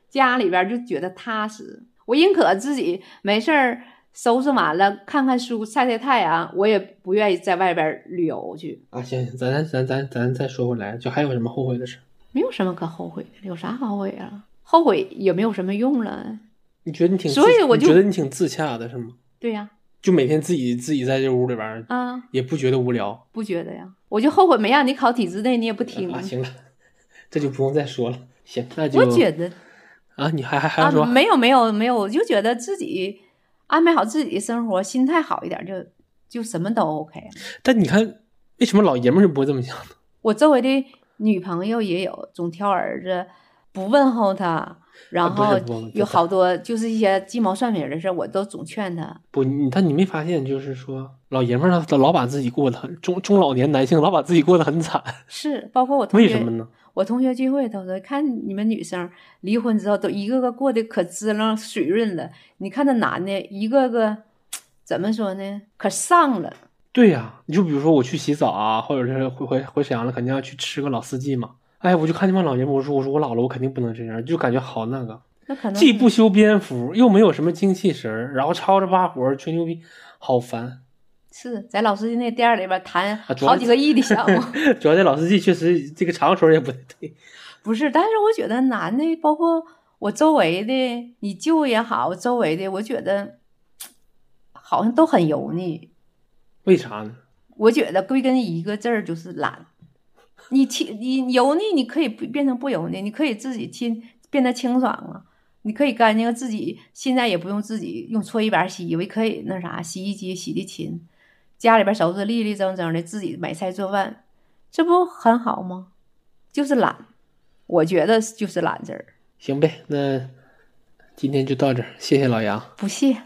Speaker 2: 家里边儿就觉得踏实。我宁可自己没事儿收拾完了看看书晒晒太阳，我也不愿意在外边儿旅游去。
Speaker 1: 啊，行行，咱咱咱咱咱再说回来，就还有什么后悔的事儿？
Speaker 2: 没有什么可后悔的，有啥好悔啊？后悔也没有什么用了。
Speaker 1: 你觉得你挺自
Speaker 2: 所以我
Speaker 1: 你
Speaker 2: 就
Speaker 1: 觉得你挺自洽的是吗？
Speaker 2: 对呀、
Speaker 1: 就每天自己自己在这屋里边儿，
Speaker 2: 啊，
Speaker 1: 也不觉得无聊
Speaker 2: 不觉得呀？我就后悔没让你考体制内，你也不听。
Speaker 1: 啊。行了，这就不用再说了。行，那就
Speaker 2: 我觉得
Speaker 1: 啊，你还还还
Speaker 2: 啊
Speaker 1: 要说，？
Speaker 2: 没有没有没有，我就觉得自己安排好自己的生活，心态好一点就，就什么都 OK 了。
Speaker 1: 但你看，为什么老爷们儿就不会这么想呢？
Speaker 2: 我周围的女朋友也有，总挑儿子，不问候他，然
Speaker 1: 啊不
Speaker 2: 后
Speaker 1: 是不问候
Speaker 2: 有好多就是一些鸡毛蒜皮的事儿，我都总劝他。
Speaker 1: 不，你但你没发现，就是说老爷们儿他老把自己过得很中中老年男性老把自己过得很惨，
Speaker 2: 是，包括我同学
Speaker 1: 为什么呢？
Speaker 2: 我同学聚会都说，看你们女生离婚之后都一个个过得可支棱水润了，你看那男的一个个怎么说呢，可上了。
Speaker 1: 对呀、你就比如说我去洗澡啊，或者是回回回沈阳了，肯定要去吃个老司机嘛。哎，我就看那帮老爷们儿，我说我说我老了，我肯定不能这样，就感觉好那个，
Speaker 2: 那可能
Speaker 1: 既不修边幅，又没有什么精气神儿，然后吵着巴火儿吹牛逼，好烦。
Speaker 2: 是在老司机那店里边谈
Speaker 1: 啊主要
Speaker 2: 好几个亿的项目，
Speaker 1: 主要这老司机确实这个长手也不太对，
Speaker 2: 不是？但是我觉得男的，包括我周围的，你舅也好，周围的，我觉得好像都很油腻。
Speaker 1: 为啥呢？
Speaker 2: 我觉得归根一个字儿就是懒。你清你油腻，你可以不变成不油腻，你可以自己清变得清爽啊，你可以干净，自己现在也不用自己用搓衣板洗衣服，也可以那啥洗衣机洗的勤，家里边收拾利利整整的，自己买菜做饭，这不很好吗？就是懒，我觉得就是懒字儿。
Speaker 1: 行呗，那今天就到这儿，谢谢老杨。
Speaker 2: 不谢，